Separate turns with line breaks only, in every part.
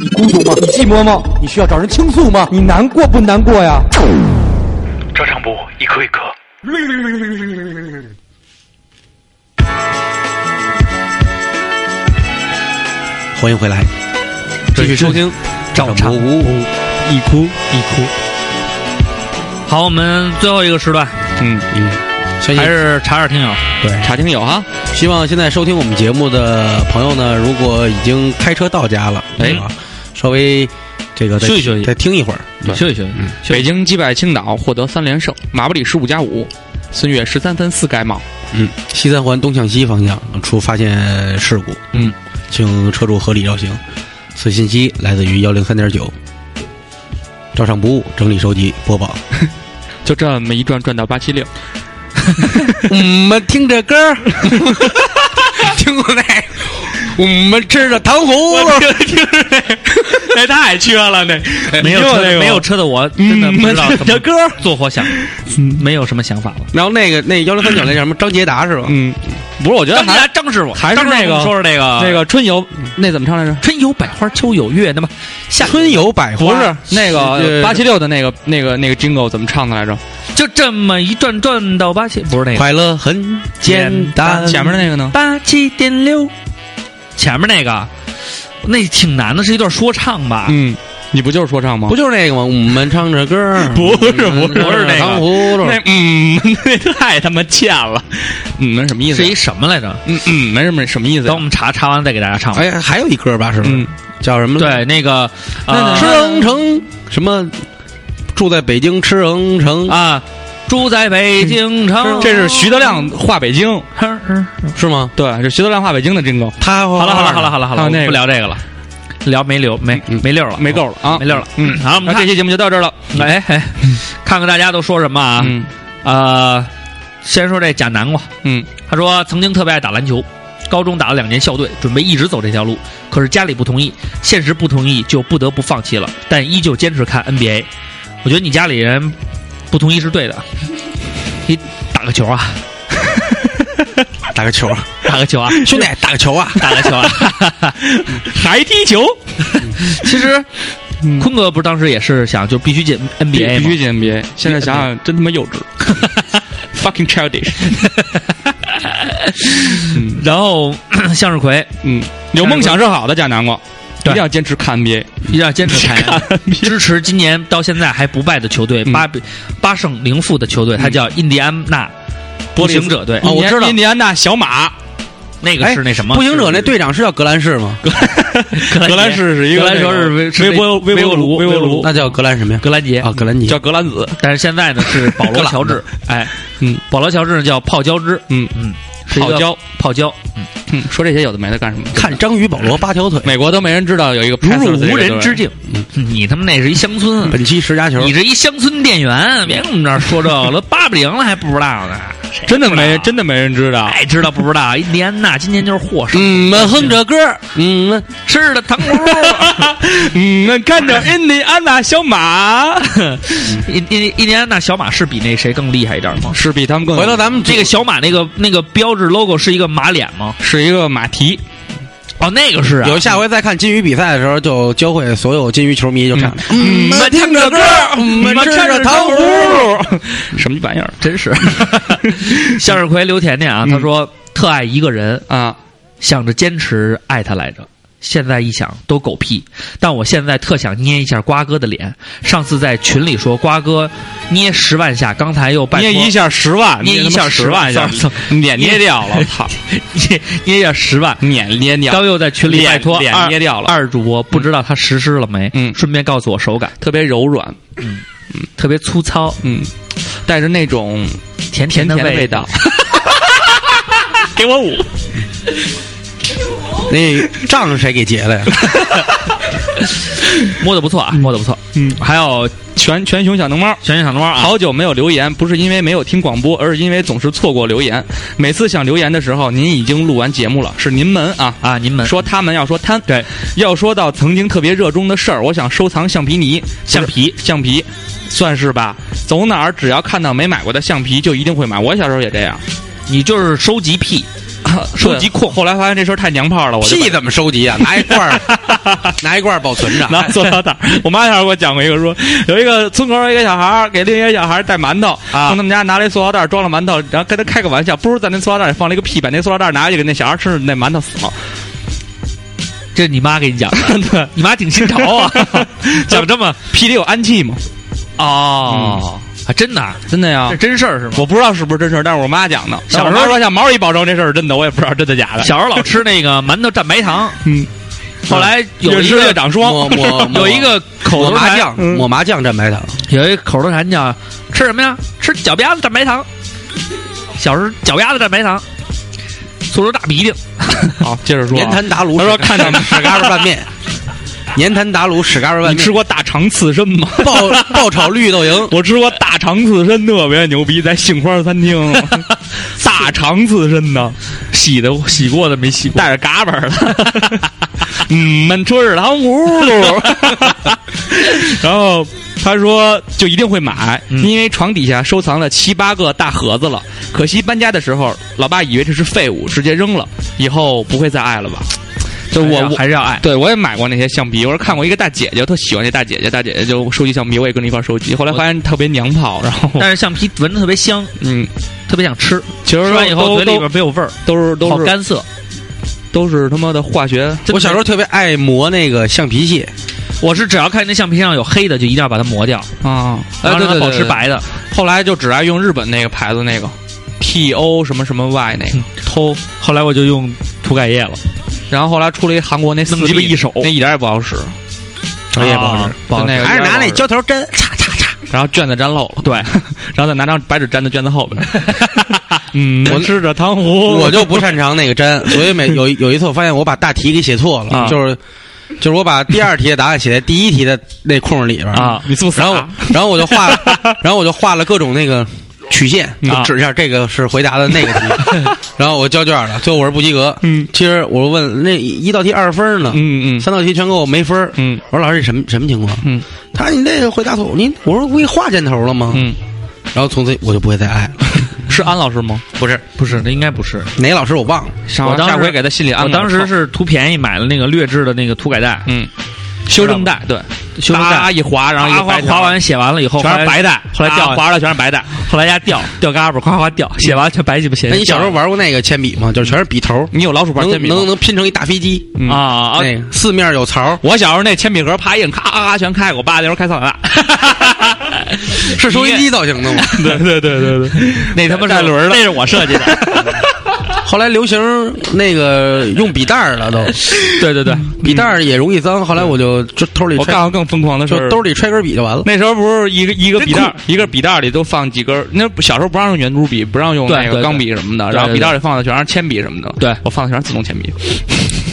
你孤独吗？你寂寞吗？你需要找人倾诉吗？你难过不难过呀？
照常补，一颗一颗。
欢迎回来，
继续收听照常
不误
一哭一哭。
好，我们最后一个时段
嗯嗯，
相
还
信
是查查听友，
对，
查听友哈。希望现在收听我们节目的朋友呢，如果已经开车到家了，
哎
啊，稍微这个再
休息休息
再听一会儿。
对
休息休息。
北京击败青岛，获得三连胜。马布里十五加五，孙悦十三分四盖帽。
嗯，西三环东向西方向出发现事故，
嗯，
请车主合理绕行。此信息来自于幺零三点九，照常不误整理收集播报。
就这么一转转到八七六，
我们听着歌儿， 听过来，我们吃着糖葫 芦。
那太缺了那。
没有
你又
车
那
的
个
没有车的我真的不知道
嗯
怎么歌嗯做活想，没有什么想法了。
然后那个那幺零三九那叫什么张杰达是吧？
嗯，不是，我觉得
张
还
家张师傅
还是
张师傅
那个
说说那个
那个春游那怎么唱来着？
春有百花，秋有月，那么夏
春有百花
不是那个
呃
八七六的那个那个那个 Jingle 怎么唱的来着？
就这么一转转到八七，不是那个
快乐很简单。
前面那个呢？
八七点六，前面那个那挺难的，是一段说唱吧？
嗯，你不就是说唱吗？
不就是那个吗？我们唱着歌儿，
不是
我们
嗯
吃
不是
着
那个
糖葫芦。
那嗯，那太他妈欠了。嗯，那什么意思
是
呀？
一什么来着？
嗯嗯，没什么什么意思呀
等我。们查查完再给大家唱吧。
哎，还有一歌吧，是不是
嗯？
叫什么？
对，，那个
那
呃
赤城城什么？住在北京
哦
赤城城，
啊，住在北京城，
这是徐德亮画北京，
是吗？
对，是徐德亮画北京的 Jingle。
他
好了好了好了好了好了，
啊
我们
那
不
个
聊这个了，聊没溜没
嗯
没溜了，
没够了啊
没溜了。
嗯
好，我们
那这
看
期节目就到这儿了。
哎哎，看看大家都说什么啊？
嗯
呃，先说这假南瓜，
嗯，
他说曾经特别爱打篮球，高中打了两年校队，准备一直走这条路，可是家里不同意，现实不同意，就不得不放弃了，但依旧坚持看 NBA。我觉得你家里人不同意是对的，你打个球啊，
打个球啊，
打个球啊，
兄弟打个球啊！
打个球 啊，还踢球。
嗯
其实，坤哥不是当时也是想就必须进 NBA
必
吗
须？进 NBA。现在想想真他妈幼 稚，fucking childish。
然后 向日葵
嗯，有梦想是好的，贾南瓜，一
对
定要坚持看 NBA。
一定要坚持看
NBA
支持今年到现在还不败的球队，
嗯
八比八胜零负的球
嗯
队，它叫印第安纳步行者队。
哦我知道哎
印第安纳小马，
那个是那什么
步行者那队长是叫格兰仕吗？
格
哎格兰
兰杰
仕是一个
格兰
那
说
个
是微是
微波
微
微波
炉
炉微波
波
炉嗯
那叫格兰什么呀？
格兰杰
啊，格兰杰
叫格兰子。
但是现在呢是保
格
罗
朗
乔治，哎，
嗯，
保罗乔治呢叫泡椒汁，
嗯
嗯，
泡椒，
泡椒，
嗯，说这些有的没的 干什么？
看章鱼保罗八条腿。
美国都没人知道有一个
如
Pacers
入
的一
无
个
人
队
之境。
嗯
你他妈那是一乡村，
本期十佳球，
你这一乡村店员，别跟我们这儿说这个了，八不灵了还不知道
啊
呢，谁
真的
不知道
没真的没人知道。
爱知道不知道？印第安纳今年就是获胜，
嗯，们哼着歌，嗯，们
吃的糖葫 芦。
嗯，那看着印第安纳小马
印印印第安纳小马是比那谁更厉害一点吗？
是比他们更
回头咱们
这个小马那个那个标志 logo 是一个马脸吗？
是一个马蹄，
哦，那个是啊
有。下回再看金鱼比赛的时候，就教会所有金鱼球迷就这样。嗯，
们听着歌
嗯
们嗯吃着糖葫
葫芦，什么玩意儿嗯
真是， 向日葵刘甜甜啊，她说特爱一个人，
啊？
想着坚持爱他来着。现在一想都狗屁，但我现在特想捏一下瓜哥的脸。上次在群里说瓜哥捏十万下，刚才又拜托
捏一下十万，
捏一下
他妈
十
十
万
万下，
算了
脸捏掉了，操，
捏捏一下十万，
脸捏掉
刚，又在群里
脸
拜托
脸
二
捏掉了
二主播，不知道他实施了没？
嗯
顺便告诉我手感，
特别柔软，
特别粗糙，
嗯，带着那种
甜
甜
的
甜的味
道。。
道给我五，
那账是谁给结 的呀？
摸的不错啊，摸的不错。
嗯
还有
全全熊小能猫。
全员小猫啊，
好久没有留言，不是因为没有听广播，而是因为总是错过留言。每次想留言的时候，您已经录完节目了，是您们啊。
啊，您们
说他们要说贪，对，要说到曾经特别热衷的事儿，我想收藏橡皮泥、橡皮、橡皮，算是吧。走哪儿只要看到没买过的橡皮，就一定会买。我小时候也这样，
你就是收集癖，
收集控。后来发现这事儿太娘炮了，我就把
屁怎么收集啊？拿一 块儿，拿一块儿保存着。
拿塑料袋儿。我妈小时候给我讲过一个说，有一个村口有一个小孩儿给另一个小孩儿带馒头，
啊
从他们家拿了一塑料袋儿装了馒头，然后跟他开个玩笑，不是在那塑料袋儿里放了一个屁，把那塑料袋儿拿去给那小孩儿吃，那馒头死了。
这是你妈给你讲的，
对，
你妈挺新潮 啊，讲这么
屁里有氨气嘛？
哦，啊，真的啊，
真的呀
这。真事儿是吗？
我不知道是不是真事儿，但是我妈讲的。
小时候
我妈说像毛一保证这事儿是真的，我也不知道真的假的。
小时候老吃那个馒头蘸白糖，
嗯，
后来有
越
一
吃越
个
长
抹
霜，
抹抹
有一个口
抹
头
麻
禅，
酱，抹麻酱蘸白糖，
有一个口头禅叫吃什么呀？吃脚丫子蘸白糖。小时候脚丫子蘸白糖，醋溜大鼻涕。
好，接着说啊。
粘痰打卤。
他说看 着
屎嘎巴拌面，粘痰打卤屎嘎巴拌
你吃
面。
过大肠刺身吗？
爆爆炒绿豆蝇，
我吃过大肠刺身，特别牛逼，在杏花餐 厅，大肠刺身呢，洗的洗过的没洗过，带着嘎巴儿的。嗯，们说是糖葫芦， 然后他说就一定会买，因为床底下收藏了七八个大盒子了。可惜搬家的时候，老爸以为这是废物，直接扔了，以后不会再爱了吧？就我我
还是要爱。
对，我也买过那些橡皮，我是看过一个大姐姐，我特喜欢这大姐姐，大姐姐就收集橡皮，我也跟着一块儿收集。后来发现特别娘炮，然后
但是橡皮闻着特别香，
嗯，
特别想吃，
其实
吃完以后
都
嘴里边没有味儿，
都都是
好
都是
干涩。
都是他妈的化学，
真的
我小时候特别爱磨那个橡皮屑，
我是只要看那橡皮上有黑的，就一定要把它磨掉，呃
啊，
然
哎
后
对
让
对
它
对，
保持
对。
白的。
后来就只爱用日本那个牌子那个 T O 什么什么 Y 那个
嗯
偷，
后来我就用涂改液了，
然后后来出了一韩国那四
弄鸡巴
D
一手
那一点也不好使，
哎
也
呀
不好使，
不好
就那
使
个
还是拿
一点也不好
那
使
胶条粘，嚓嚓嚓。
然后卷子粘漏了，对， 然后再拿张白纸粘在卷子后边。嗯，
我
吃着糖葫
我 就不擅长那个粘，所以每有一有一次我发现我把大题给写错了，
啊
就是就是我把第二题的答案写在第一题的那空里边儿，
啊，你速死
然后然后我就画了，然后我就画了各种那个曲线，
啊
就指一下这个是回答的那个 题，然后我交卷了，最后我是不及格。
嗯
其实我问那一道题二十分呢，
嗯嗯
三道题全给我没分儿。
嗯
我说老师这什么什么情况？
嗯
他说你这个回答错，你我说我给你画箭头了吗？
嗯，
然后从此我就不会再爱了。
是安老师吗？
不是
不是，那应该不是。
哪老师我忘了，
下
我当时
下回给他心里安
我
个扣。
当时是图便宜买了那个劣质的那个涂改带，
嗯，修正带对，
修正
搭
带，
一划，然后一
哗
个
哗
白条
划啊完写完了以后，
全是
后来
白带，
后来掉
啊划了全是白带。
后来压掉掉嘎巴，夸夸掉，写完全白鸡巴写。
那你小时候玩过那个铅笔吗？就是全是笔头，
你有老鼠牌铅
能
笔
能
吗？
能拼成一大飞机，
嗯
啊啊，
那个四面有槽，
我小时候那铅笔盒啪一摁，咔咔咔全开，我爸那时候开操场 大。
是收音机造型的 吗？
对对对对对，
那他妈
带
是
轮儿的
那是我设计 的。
后来流行那个用笔袋儿了 都，
对 对对，
笔袋儿也容易脏。后来我就就兜里
我
揣
干，过更疯狂的事
就
儿，
兜里揣根笔就完了。
那时候不是一个一个笔袋儿，一个笔袋儿里都放几根儿。那小时候不让用圆珠笔，不让用那
对
个
对
钢笔什么的，
对
然后
对
笔袋儿里放的全是铅笔什么的。
对
我放的全是自动铅笔，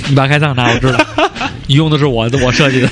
你把开藏拿，我知道，你用的是我我设计的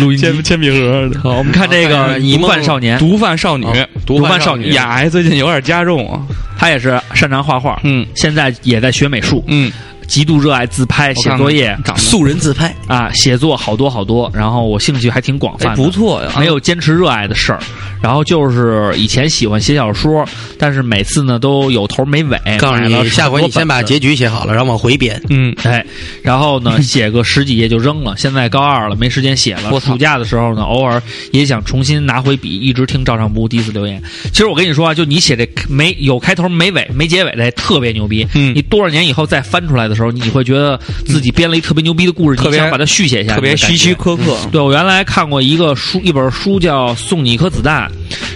录音机。
铅笔盒。
好，我们看这
好看
个
看一
毒
梦
贩少年，
毒贩少女
哦，
毒
贩少女哎
雅癌最近有点加重啊。
他也是擅长画画，
嗯
现在也在学美术，
嗯，
极度热爱自拍、
我
写
看看
作业
长得
素人自拍，
啊，写作好多好多。然后我兴趣还挺广泛的，
哎不错呀，
没有坚持热爱的事儿。然后就是以前喜欢写小说，但是每次呢都有头没尾。
告诉
买了
你，下回你先把
很多本子
结局写好了，然后往回 编。
嗯，
哎，然后 呢，写个十几页就扔了。现在高二了，没时间写了。
我操
暑假的时候呢，偶尔也想重新拿回笔，一直听照常不误第一次留言。其实我跟你说啊，就你写这没有开头没尾没结尾的，特别牛逼。
嗯
你多少年以后再翻出来的时候，你会觉得自己编了一特别牛逼的故事，
特别
你想把它续写下去，
特别
那种感觉嗯
希区柯克。
对我原来看过一个书，一本书叫《送你一颗子弹》，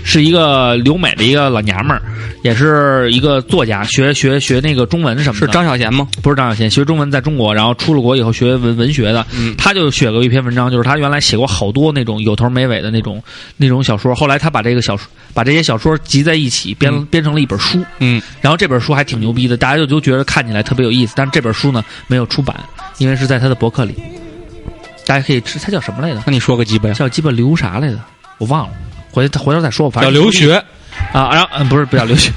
是一个留美的一个老娘们儿，也是一个作家，学学学那个中文什么
是
的。
张小娴吗？
不是张小娴，学中文在中国，然后出了国以后学文文学的，
嗯
他就写过一篇文章，就是他原来写过好多那种有头没尾的那种那种小说，后来他把这个小说把这些小说集在一起编、
嗯
编成了一本书，
嗯，
然后这本书还挺牛逼的，大家就都觉得看起来特别有意思，但是这本书呢没有出版，因为是在他的博客里，大家可以知它叫什么来着？
那你说个鸡巴呀？
叫鸡巴刘啥来着？我忘了。回头回头再说，我反
叫
正
留学，
啊，然后嗯，不是不叫留学，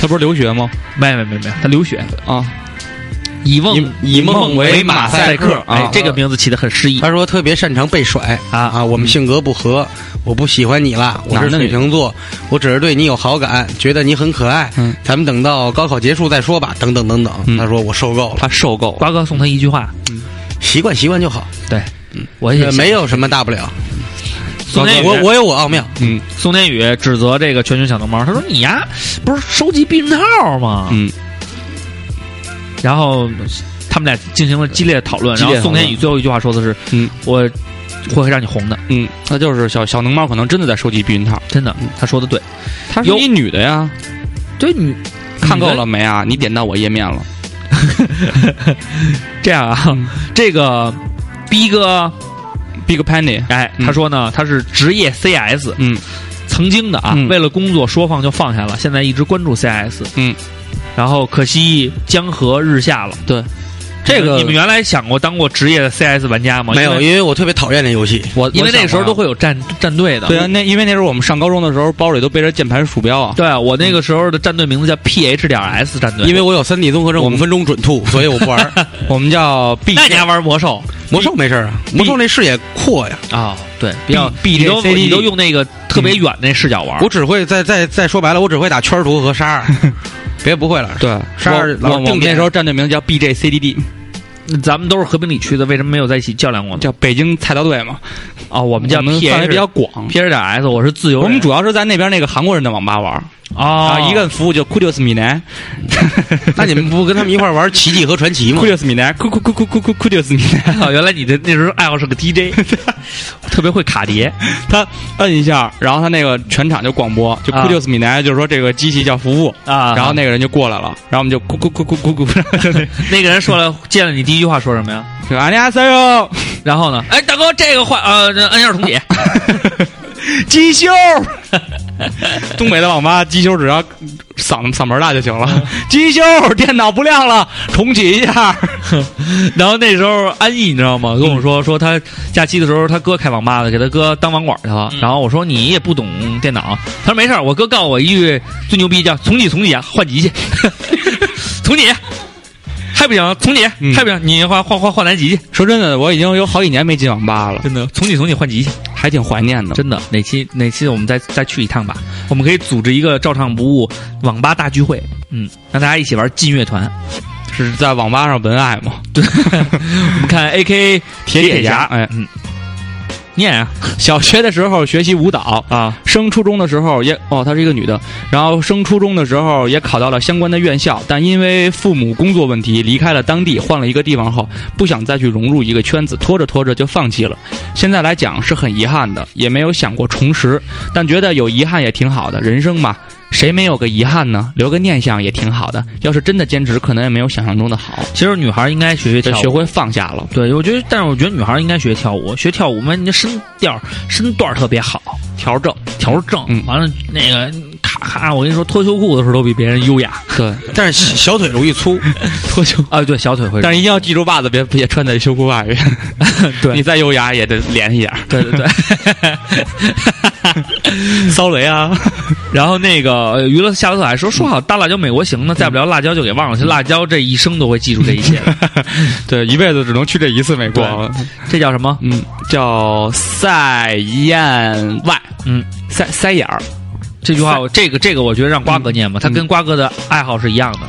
他不是留学吗？
没没没没，他留学，
啊，
以梦
以以梦为马赛克
克，哎
啊，
这个名字起的很诗意
他说特别擅长被甩
嗯啊
啊，我们性格不合，我不喜欢你了，我
哪儿
是
呢
水瓶座，我只是对你有好感，觉得你很可爱，
嗯
咱们等到高考结束再说吧，等等等等。
嗯
他说我受够了，
他受够了。
瓜哥送他一句话，
习惯习惯就好，
对，我也
呃没有什么大不了。
宋天宇，
我我有我奥妙，
嗯
宋天宇指责这个全球小流氓，他说你呀不是收集避孕套吗？
嗯，
然后他们俩进行了激烈的讨论，
激
然
烈
后
的
宋
讨论
天宇最后一句话说的是，
嗯，
我我会让你红的，
嗯，那就是小小能猫可能真的在收集避孕套。
真的，他说的对，
她是
有
一女的呀，
对你
看够了没啊？你点到我页面了，
这样啊，
嗯
这个逼哥，
Big Penny，
哎，
嗯
他说呢，他是职业 CS，
嗯，
曾经的啊，
嗯
为了工作说放就放下了，现在一直关注 CS，
嗯，
然后可惜江河日下了。
对，
这
个
你们原来想过当过职业的 CS 玩家吗？
没有，
因为
因为我特别讨厌这游戏。
我啊
因为那时候都。会有战战队的。
对啊，那因为那时候我们上高中的时候，包里都背着键盘鼠标啊。
对啊，我那个时候的战队名字叫 PH 点 S 战队，
因为我有三体综合症，
我
五
们
分钟准吐，所以我不玩儿。
我们叫 B
那你还玩魔兽
魔兽没事儿啊，魔兽那视野阔呀，
啊、对，比较
B-
你都
BJCD
你都用那个特
嗯
别远那视角玩。
我只会再再再说白了，我只会打圈图和沙二，别不会了。
对，
十二
我
老
我
定
们
点
那时候战队名叫 BJCDD，
咱们都是和平里区的，为什么没有在一起较量过呢？
叫北京菜刀队嘛。
啊、我
我
们叫
们
P
范
H
围比较广。
P H 点 S，我是自由人。
我们主要是在那边那个韩国人的网吧玩儿
啊、
一 个服务叫 Kudos 米南
那你们不跟他们一块儿玩儿奇迹和 传奇吗？
，Kudos 米南，Ku Ku Ku Ku Ku Kudos 米南。
啊，原来你的那时候爱好是个 DJ，特别会卡碟。
他摁一下，然后他那个全场就广播，就
啊
Kudos 米南，就是说这个机器叫服务
啊
然后那个人就过来了，然后我们就咕咕咕咕咕咕， 就那
那个人说了，见了你第一句话说什么呀？
就安利阿三哟，
然后呢？哎，大哥，这个换呃，这按下重 启。
鸡胸。 东北的网吧鸡胸只要嗓嗓门大就行 了，鸡胸电脑不亮了，重启一下。
然后那时候安逸，你知道吗？
嗯
跟我说说他假期的时候，他哥开网吧的，给他哥当网管去
嗯
了。然后我说你也不懂电脑，他说没事儿，我哥告诉我一句最牛逼叫重启重启啊，换机 去，重启。还不行，重启
嗯
还不行，你换换换换南极去，
说真的，我已经有好几年没进网吧了，
真的，重启重启换极去，
还挺怀念的。
真的。哪期哪期我们再再去一趟吧，我们可以组织一个照唱不误网吧大聚会，嗯，让大家一起玩劲乐团。
是在网吧上文爱嘛？
对，我们看 A K 铁
铁
侠，
哎，
嗯，念啊
小学的时候学习舞蹈，
啊，
升初中的时候也哦，她是一个女的，然后升初中的时候也考到了相关的院校，但因为父母工作问题离开了当地，换了一个地方后，不想再去融入一个圈子，拖着拖着就放弃了。现在来讲是很遗憾的，也没有想过重拾，但觉得有遗憾也挺好的，人生嘛。谁没有个遗憾呢？留个念想也挺好的。要是真的坚持，可能也没有想象中的好。
其实女孩应该学学
就
跳舞，
学会放下了，
对，我觉得，但是我觉得女孩应该学跳舞，学跳舞嘛，你的身调、身段特别好，
调整。
调正，
嗯
完了那个咔咔，我跟你说，脱袖裤的时候都比别人优雅，
对，
但是小小腿容易粗，
脱袖 啊，对，小腿会，
但是一定要记住袜子别别穿在秋裤外 面。
对
你再优雅也得连一点儿。
对对
嗯
对，骚雷啊！然后那个呃娱乐夏洛特还说说好大辣椒美国
嗯
行呢，再不聊辣椒就给忘了。其实辣椒这一生都会记住这一 切，
对，一辈子只能去这一次美国。
这叫什么？
嗯，叫塞燕外，
嗯，
塞塞眼儿，嗯
这句话我这个这个我觉得让瓜哥念吧，他跟瓜哥的爱好是一样的。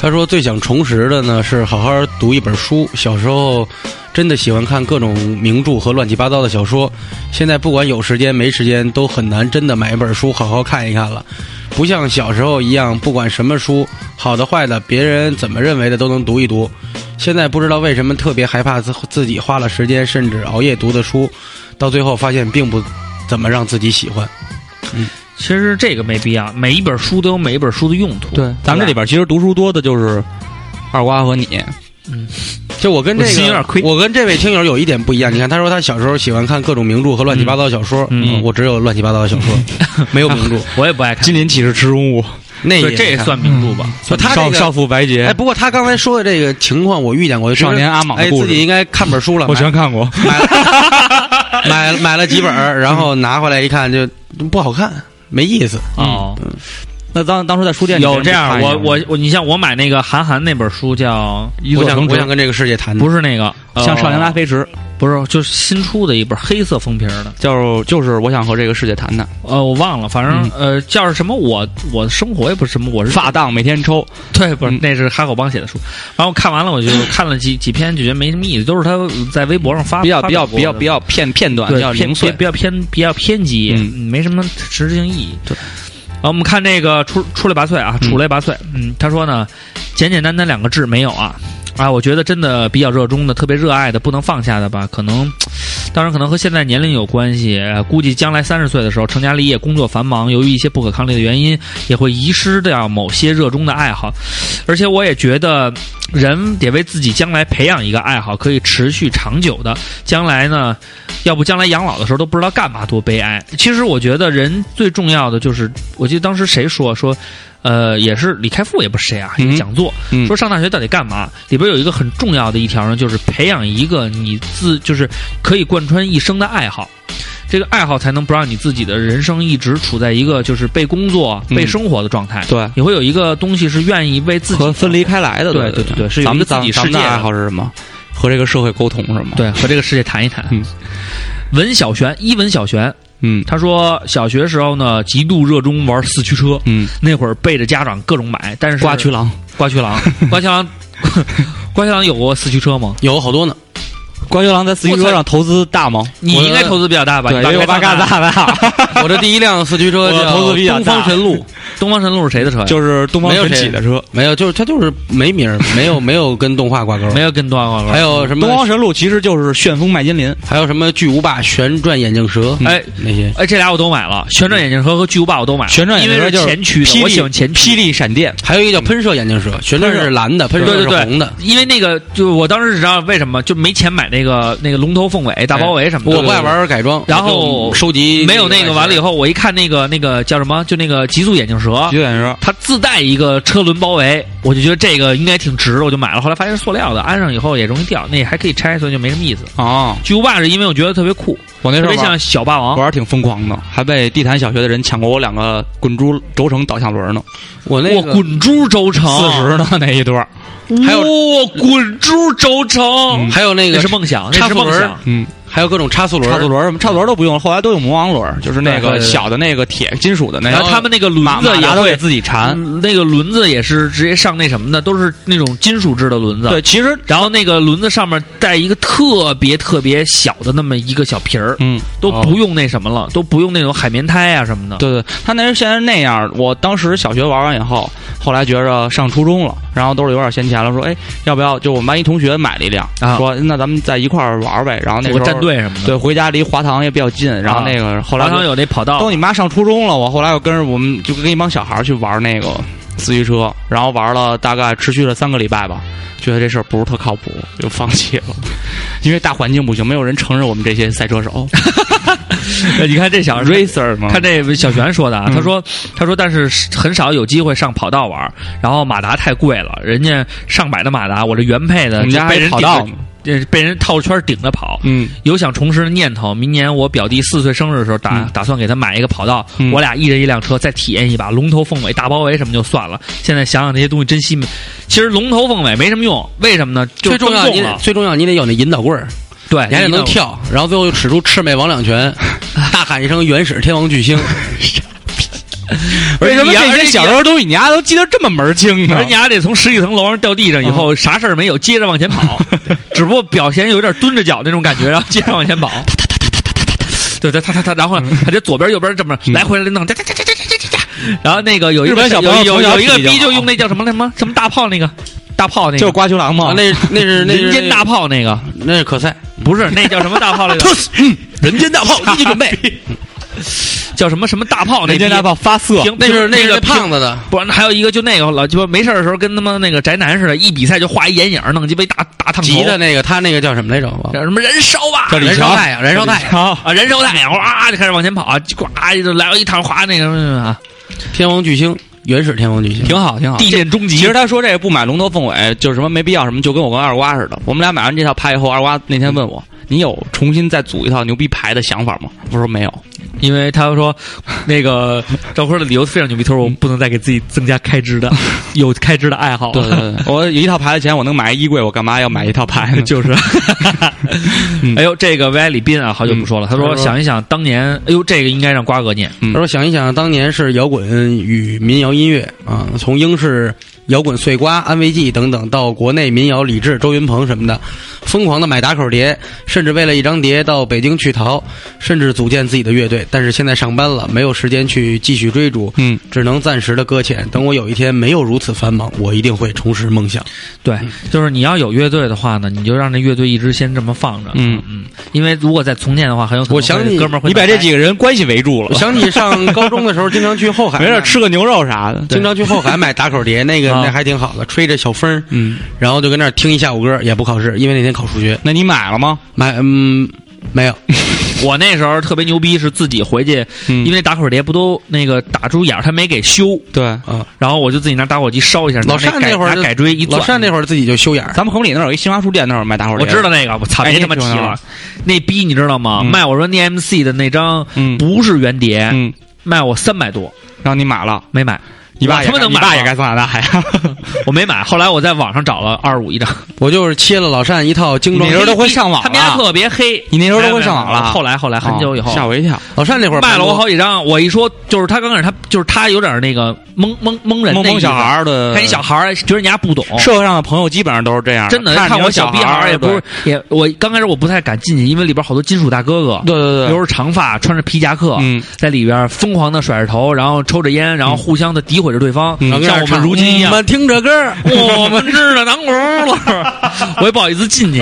他说最想重拾的呢是好好读一本书。小时候真的喜欢看各种名著和乱七八糟的小说，现在不管有时间没时间，都很难真的买一本书好好看一看了。不像小时候一样，不管什么书，好的坏的，别人怎么认为的都能读一读。现在不知道为什么特别害怕自自己花了时间甚至熬夜读的书，到最后发现并不怎么让自己喜欢。
其实这个没必要，每一本书都有每一本书的用途。
对，咱们这里边其实读书多的就是二瓜和你，
就我跟这
我心
个，
有点亏
我跟这位听友有一点不一样。你看，他说他小时候喜欢看各种名著和乱七八糟的小说，
嗯嗯
我只有乱七八糟的小说，没有名著。
我也不爱看。
林岂是池中 物，
那
对，这也
看
算名著吧？
就他这
少
个
少妇白
哎，
洁，
不过他刚才说的这个情况，我遇见过。
少年阿莽
哎，
的故
自
事，
己应该看本书了，
我
买
全看过。
买了买了买了几本儿，然后拿回来一看就不好看，没意思。
哦，
嗯那当当初在书店里
有
面
这样，
看一下
我我我，你像我买那个韩寒那本书叫《
我
我
想
想我
我想
想
跟这个世界谈谈，
不是那个，呃
嗯像少年拉菲驰，
不是，就是新出的一本黑色封皮儿的，
就是就是我想和这个世界谈谈。
呃，我忘了，反正、呃叫是什么我我生活也不是什么，我是
嗯发档每天抽，
对，不是
嗯
那是哈口帮写的书，然后看完了我就看了几几篇，就觉得没什么意思，都是他在微博上发
比较
发
比
表
较比较
过的
比较片片段，比
对
较
偏
零碎
偏。比较偏比较偏激，
嗯
没什么实质性意义。对，啊，我们看这个出出类拔萃啊，出类拔萃。嗯，他说呢，简简单单两个字没有啊啊，我觉得真的比较热衷的、特别热爱的、不能放下的吧，可能。当然，可能和现在年龄有关系。呃估计将来三十岁的时候，成家立业，工作繁忙，由于一些不可抗力的原因，也会遗失掉某些热衷的爱好。而且，我也觉得人得为自己将来培养一个爱好，可以持续长久的。将来呢，要不将来养老的时候都不知道干嘛，多悲哀。其实我觉得人最重要的就是，我记得当时谁说说，呃，也是李开复也不是谁啊，一个讲座、
嗯
说上大学到底干嘛？里边有一个很重要的一条呢，就是培养一个你自就是可以贯穿一生的爱好。这个爱好才能不让你自己的人生一直处在一个就是被工作、
嗯
被生活的状态。
对
你会有一个东西是愿意为自己
和分离开来的，
对
对
对对是有
咱
一
们
个自
咱
己
咱们
世界
的爱
的
好是什么？和这个社会沟通是吗？，
对和这个世界谈一谈。
嗯
文小璇，一文小璇，
嗯
他说小学时候呢，极度热衷玩四驱车，
嗯，
那会儿背着家长各种买，但是
瓜区郎，
瓜区 郎，瓜区郎，瓜区郎有过四驱车吗？
有好多呢。
瓜区郎在四驱车上投资大吗？
你应该投资比较大吧？
对，
你
因为我
爸
爸
开
干
大，
大的，啊
我这第一辆四驱车
我
叫
投资比较
东方
大
神鹿，
东方神鹿是谁的车呀？
就是东方
没有
神
谁
起的车。
没有，就是它就是没名儿，没有没有跟动画挂钩。
没有跟东方
还有什么
东？方神鹿其实就是旋风麦金林，
还有什么巨无霸旋转眼镜蛇？
哎
那些
哎，这俩我都买了，旋转眼镜蛇和巨无霸我都买了，
旋转眼镜
因为
蛇就是
前驱的，
霹
我
雳
喜欢前驱啊
霹。雳闪电，
还有一个叫喷射眼镜蛇，旋转是蓝的，喷
对
射
对
是
对，
红的。
因为那个，就我当时知道为什么就没钱买那个那个龙头凤尾、大包围什么的。
我不爱玩改装，
然后
我就收集
没有那个完了以
后，
后，我一看那个那个叫什么，就那个极速眼镜蛇，
极点车，
它自带一个车轮包围，我就觉得这个应该挺值的，我就买了。后来发现是塑料的，安上以后也容易掉，那还可以拆，所以就没什么意思。
哦，
巨无霸是因为我觉得特别酷，
我那时
特
候
别
玩
像小霸王。
玩儿挺疯狂的，还被地坛小学的人抢过我两个滚珠轴承导向轮呢，
我那
我啊
个
滚珠轴承，嗯
四十呢那一段儿，
还有嗯
哇，滚珠轴承，
还有那
那
个
是梦想，
插
那是
速
梦
轮
想。，
嗯，
还有各种插速轮，
插座轮儿什么插座轮儿都不用了，后来都用魔王轮儿，就是那
对对
个
对
小的那个铁金属的那
然
个
后他们那个轮
马
子
马
也
达都
会
给自己缠。
嗯那个轮子也是直接上那什么的，都是那种金属制的轮子。
对，，其实
然后那个轮子上面带一个特别特别小的那么一个小皮儿，
嗯，哦
都不用那什么了，都不用那种海绵胎啊什么的。
对对，他那是现在是那样儿。我当时小学玩完以后，后来觉着上初中了，然后兜里有点闲钱了，说哎，要不要？就我们班一同学买了一辆，
啊
说那咱们在一块儿玩儿呗。然后那
组
时
个
候
战，队啊什么的。
对，回家离华堂也比较近，然后那个后来
好
就
像有那跑道
都，你妈上初中了，我后来又跟着我们就跟一帮小孩儿去玩那个四驱车，然后玩了大概持续了三个礼拜吧，觉得这事儿不是特靠谱，就放弃了， 因为大环境不行，没有人承认我们这些赛车 手
你看这小
racer 嘛。
看这小璇说的啊，
嗯
他说他说，但是很少有机会上跑道玩儿，然后马达太贵了，人家上百的马达，我这原配的
我们
就
家还
被人
跑
顶着
道呢，
呃被人套圈顶着跑。
嗯，
有想重拾的念头，明年我表弟四岁生日的时候打、打算给他买一个跑道，
嗯
我俩一人一辆车，再体验一把龙头凤尾、大包围什么就算了。现在想想这些东西珍惜没，其实龙头凤尾没什么用，为什么呢？就
最重要
登
你
纵
得
了，哎
最重要你得有那引导棍儿，
对，
你还得能跳，然后最后又使出魑魅魍魉拳，大喊一声原始天王巨星。
为什么
而且
这
而且
些
你
小时候东西你丫都记得这么门儿清呢
啊
而？你还得从十几层楼上掉地上以后，啥事儿没有，接着往前跑， 只不过表现有点蹲着脚那种感觉，然后接着往前 跑，对对，他他他，然后
嗯
他就左边右边这么来回来弄，哒哒哒哒哒哒哒，然后那个有一个有有一个逼就用那叫什么什么什么大炮那个大炮那个，
就是瓜球郎
啊
嘛，，
那那是那是
人间大炮那个，
那是可赛，
不是那叫什么大炮来 着？
嗯人 间大炮，一起准备。
叫什么什么大炮？啊
人间大炮发色，
平
那是
那
那是
个
胖子的，
不，还有一个就那个老鸡巴没事的时候跟他妈那个宅男似的，一比赛就画一眼影，弄鸡巴大大烫头，
急的那个，他那个叫什么来着？我忘了
叫什么燃烧吧，
叫李
燃烧
强
太阳，燃烧太阳，
好，
啊，燃烧太阳，哇就开始往前跑，呱就来一趟，哗那个什么什么啊，
天王巨星， 原始天王巨星。
挺好，挺好。
地震终极。
其实他说这个不买龙头凤尾就是什么没必要什么，就跟我跟二瓜似的。我们俩买完这套牌以后，二瓜那天问我：“你有重新再组一套牛逼牌的想法吗？”我说没有。
因为他说那个赵坤的理由非常牛逼，他说我不能再给自己增加开支 的，有开支的爱好
对
了。
对对， 我有一套牌的钱，我能买一衣柜，我干嘛要买一套牌 呢？
嗯就是，哎呦，这个 Y 李斌啊，好久不说了。他说想一想当年，哎呦，这个应该让瓜哥念。
嗯
他说：“想一想，当年是摇滚与民谣音乐啊，从英式摇滚碎瓜、安慰剂等等，到国内民谣李志、周云鹏什么的，疯狂的买打口碟，甚至为了一张碟到北京去淘，甚至组建自己的乐队。但是现在上班了，没有时间去继续追逐，
嗯，
只能暂时的搁浅。等我有一天没有如此繁忙，我一定会重拾梦想。
对，就是你要有乐队的话呢，你就让这乐队一直先这么放着。
嗯
嗯，因为如果再重建的话，很有可能
我想
会
你
哥们儿会
你把这几
个
个人关系围住
我
了，
想起上高中的时候，经常去后海，
没事吃个牛肉啥的。
经常去后海买打口碟，那个
啊
那还挺好的，吹着小风儿，
嗯，
然后就跟那儿听一下午歌，也不考试，因为那天考数学。
那你买了吗？
买嗯没有，
我那时候特别牛逼，是自己回去，
嗯
因为打火碟不都那个打猪眼儿，他没给修，
对，
然后我就自己拿打火机烧一下。
老
拿那
单
改
那会儿
拿
就
改锥一
啊老
钻，
单那会儿自己就修眼儿，
咱们红里那儿有一新华书店，那儿卖打火机。
我知道，那个，我操，
哎
别他妈提
这种
了
啊。
那逼你知道吗？
嗯
卖我说 NMC 的那张
嗯
不是原碟，
嗯，
卖我三百多，
然后你买了，
没买。
你爸
我
也
他妈
该
能
你
买
爸也
吗
该送俺大海。
我没买，后来我在网上找了二十五一张，
我就是切了老单一套精
你
装
那。时候都会上 网
他们家
了，
特别黑，
你那时候都会上网
没有没有没
了。
有后来后来很久以后
哦吓我一跳。
老单那会儿
卖了我好几张，我一说就是他刚开始他就是他有点那个蒙蒙蒙人
懵
那意
懵
思
小孩，儿的，
看一小孩儿觉得人家不懂，
社会上的朋友基本上都是这哦样的，
真的
看着
看
你
我
有
小
小
逼
孩
孩儿
儿
也不是，也我刚开始我不太敢进去，因为里边好多金属大哥哥，
对对
留
对，
着长发，穿着皮夹克，
嗯
在里边疯狂的甩着头，然后抽着烟，然后互相的诋毁着对方，
嗯
像我们如今一样。
们嗯听着歌儿，
我们知道南轱辘， 我也不好意思进 去。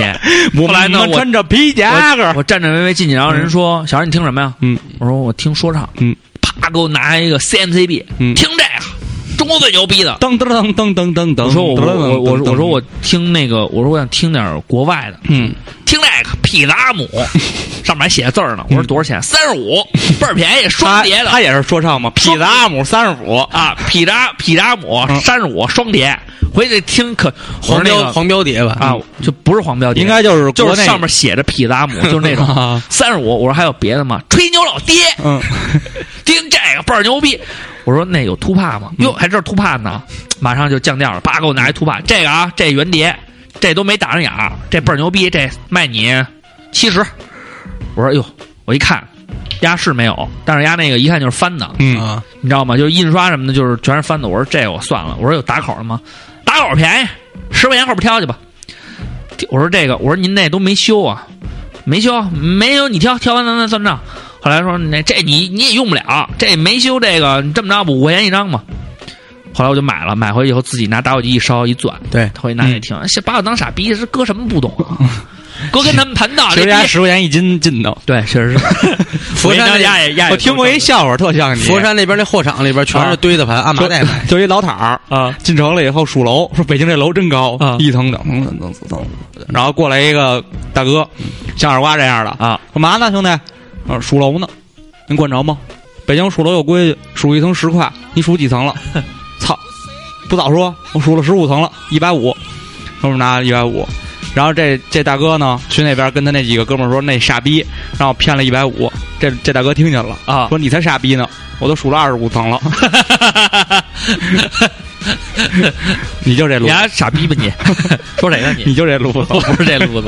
后来呢，
们
我
穿着皮夹克
我，我站站巍巍进去，然后人说：“小孩，你听什么呀？”
嗯，
我说：“我听说唱。”
嗯，
啪，给我拿一个 CMCB，
嗯
听这个，中国最牛逼的。
噔噔噔噔噔噔噔。
我说我我我我说我听那个，我说我想听点国外的，
嗯，
听这个匹拉 姆，上面还写字儿呢。我说多少钱？三十五，倍儿便宜，双
嗯他
碟的。
他也是说唱嘛，痞子阿姆三十五，
啊，匹扎匹扎姆
嗯
三十五双碟，回去听可
黄
那
标
个
黄标碟吧
啊，就不是黄标碟，
嗯应该就是
就
国
是
内
上面写着匹扎姆， 就是那种
啊
三十五。我说还有别的吗？吹牛老爹，
嗯，
听这个倍儿牛逼。我说那有突帕
嗯
吗？哟，还知道突帕呢？马上就降调了，叭给我拿一突帕，这个啊，这原碟，这都没打上眼儿，这倍儿牛逼，这卖你七十。我说哟，我一看，压是没有，但是压那个一看就是翻的，
嗯
啊，
你知道吗？就是印刷什么的，就是全是翻的。我说这我算了，我说有打口的吗？打口便宜，十块钱后边挑去吧。我说这个，我说您那都没修啊，没修，没有你挑，挑完咱再算账。后来说那这你你也用不了，这没修这个，你这么着吧，五块钱一张吧。后来我就买了，买回去以后自己拿打火机一烧一钻，
对
他会拿来听，是把我当傻逼，是哥什么不懂啊？哥跟他们盘道，
其
这
实人家
逼
十块钱一斤进的。
对，确实是。
佛山
家
那
也压也
我听过一笑话，特像你。
佛山那边那货场里边全是堆的盘，按麻袋买。
就一老塔儿啊，进城了以后数楼，说北京这楼真高，
啊
一层两层三层四层，然后过来一个大哥，像二瓜这样的
啊，
干嘛呢，兄弟？我说数楼呢，您管着吗？北京数楼有规矩，数一层十块，你数几 层了？操，不早说，我数了十五层了，一百五，哥们儿拿一百五。然后这这大哥呢，去那边跟他那几个哥们儿说，那傻逼让我骗了一百五。这这大哥听见了
啊
说你才傻逼呢，我都数了二十五层了，你就这路
你，丫傻逼吧 你？说谁呢你？
你就这路子，
我 不是这路 子，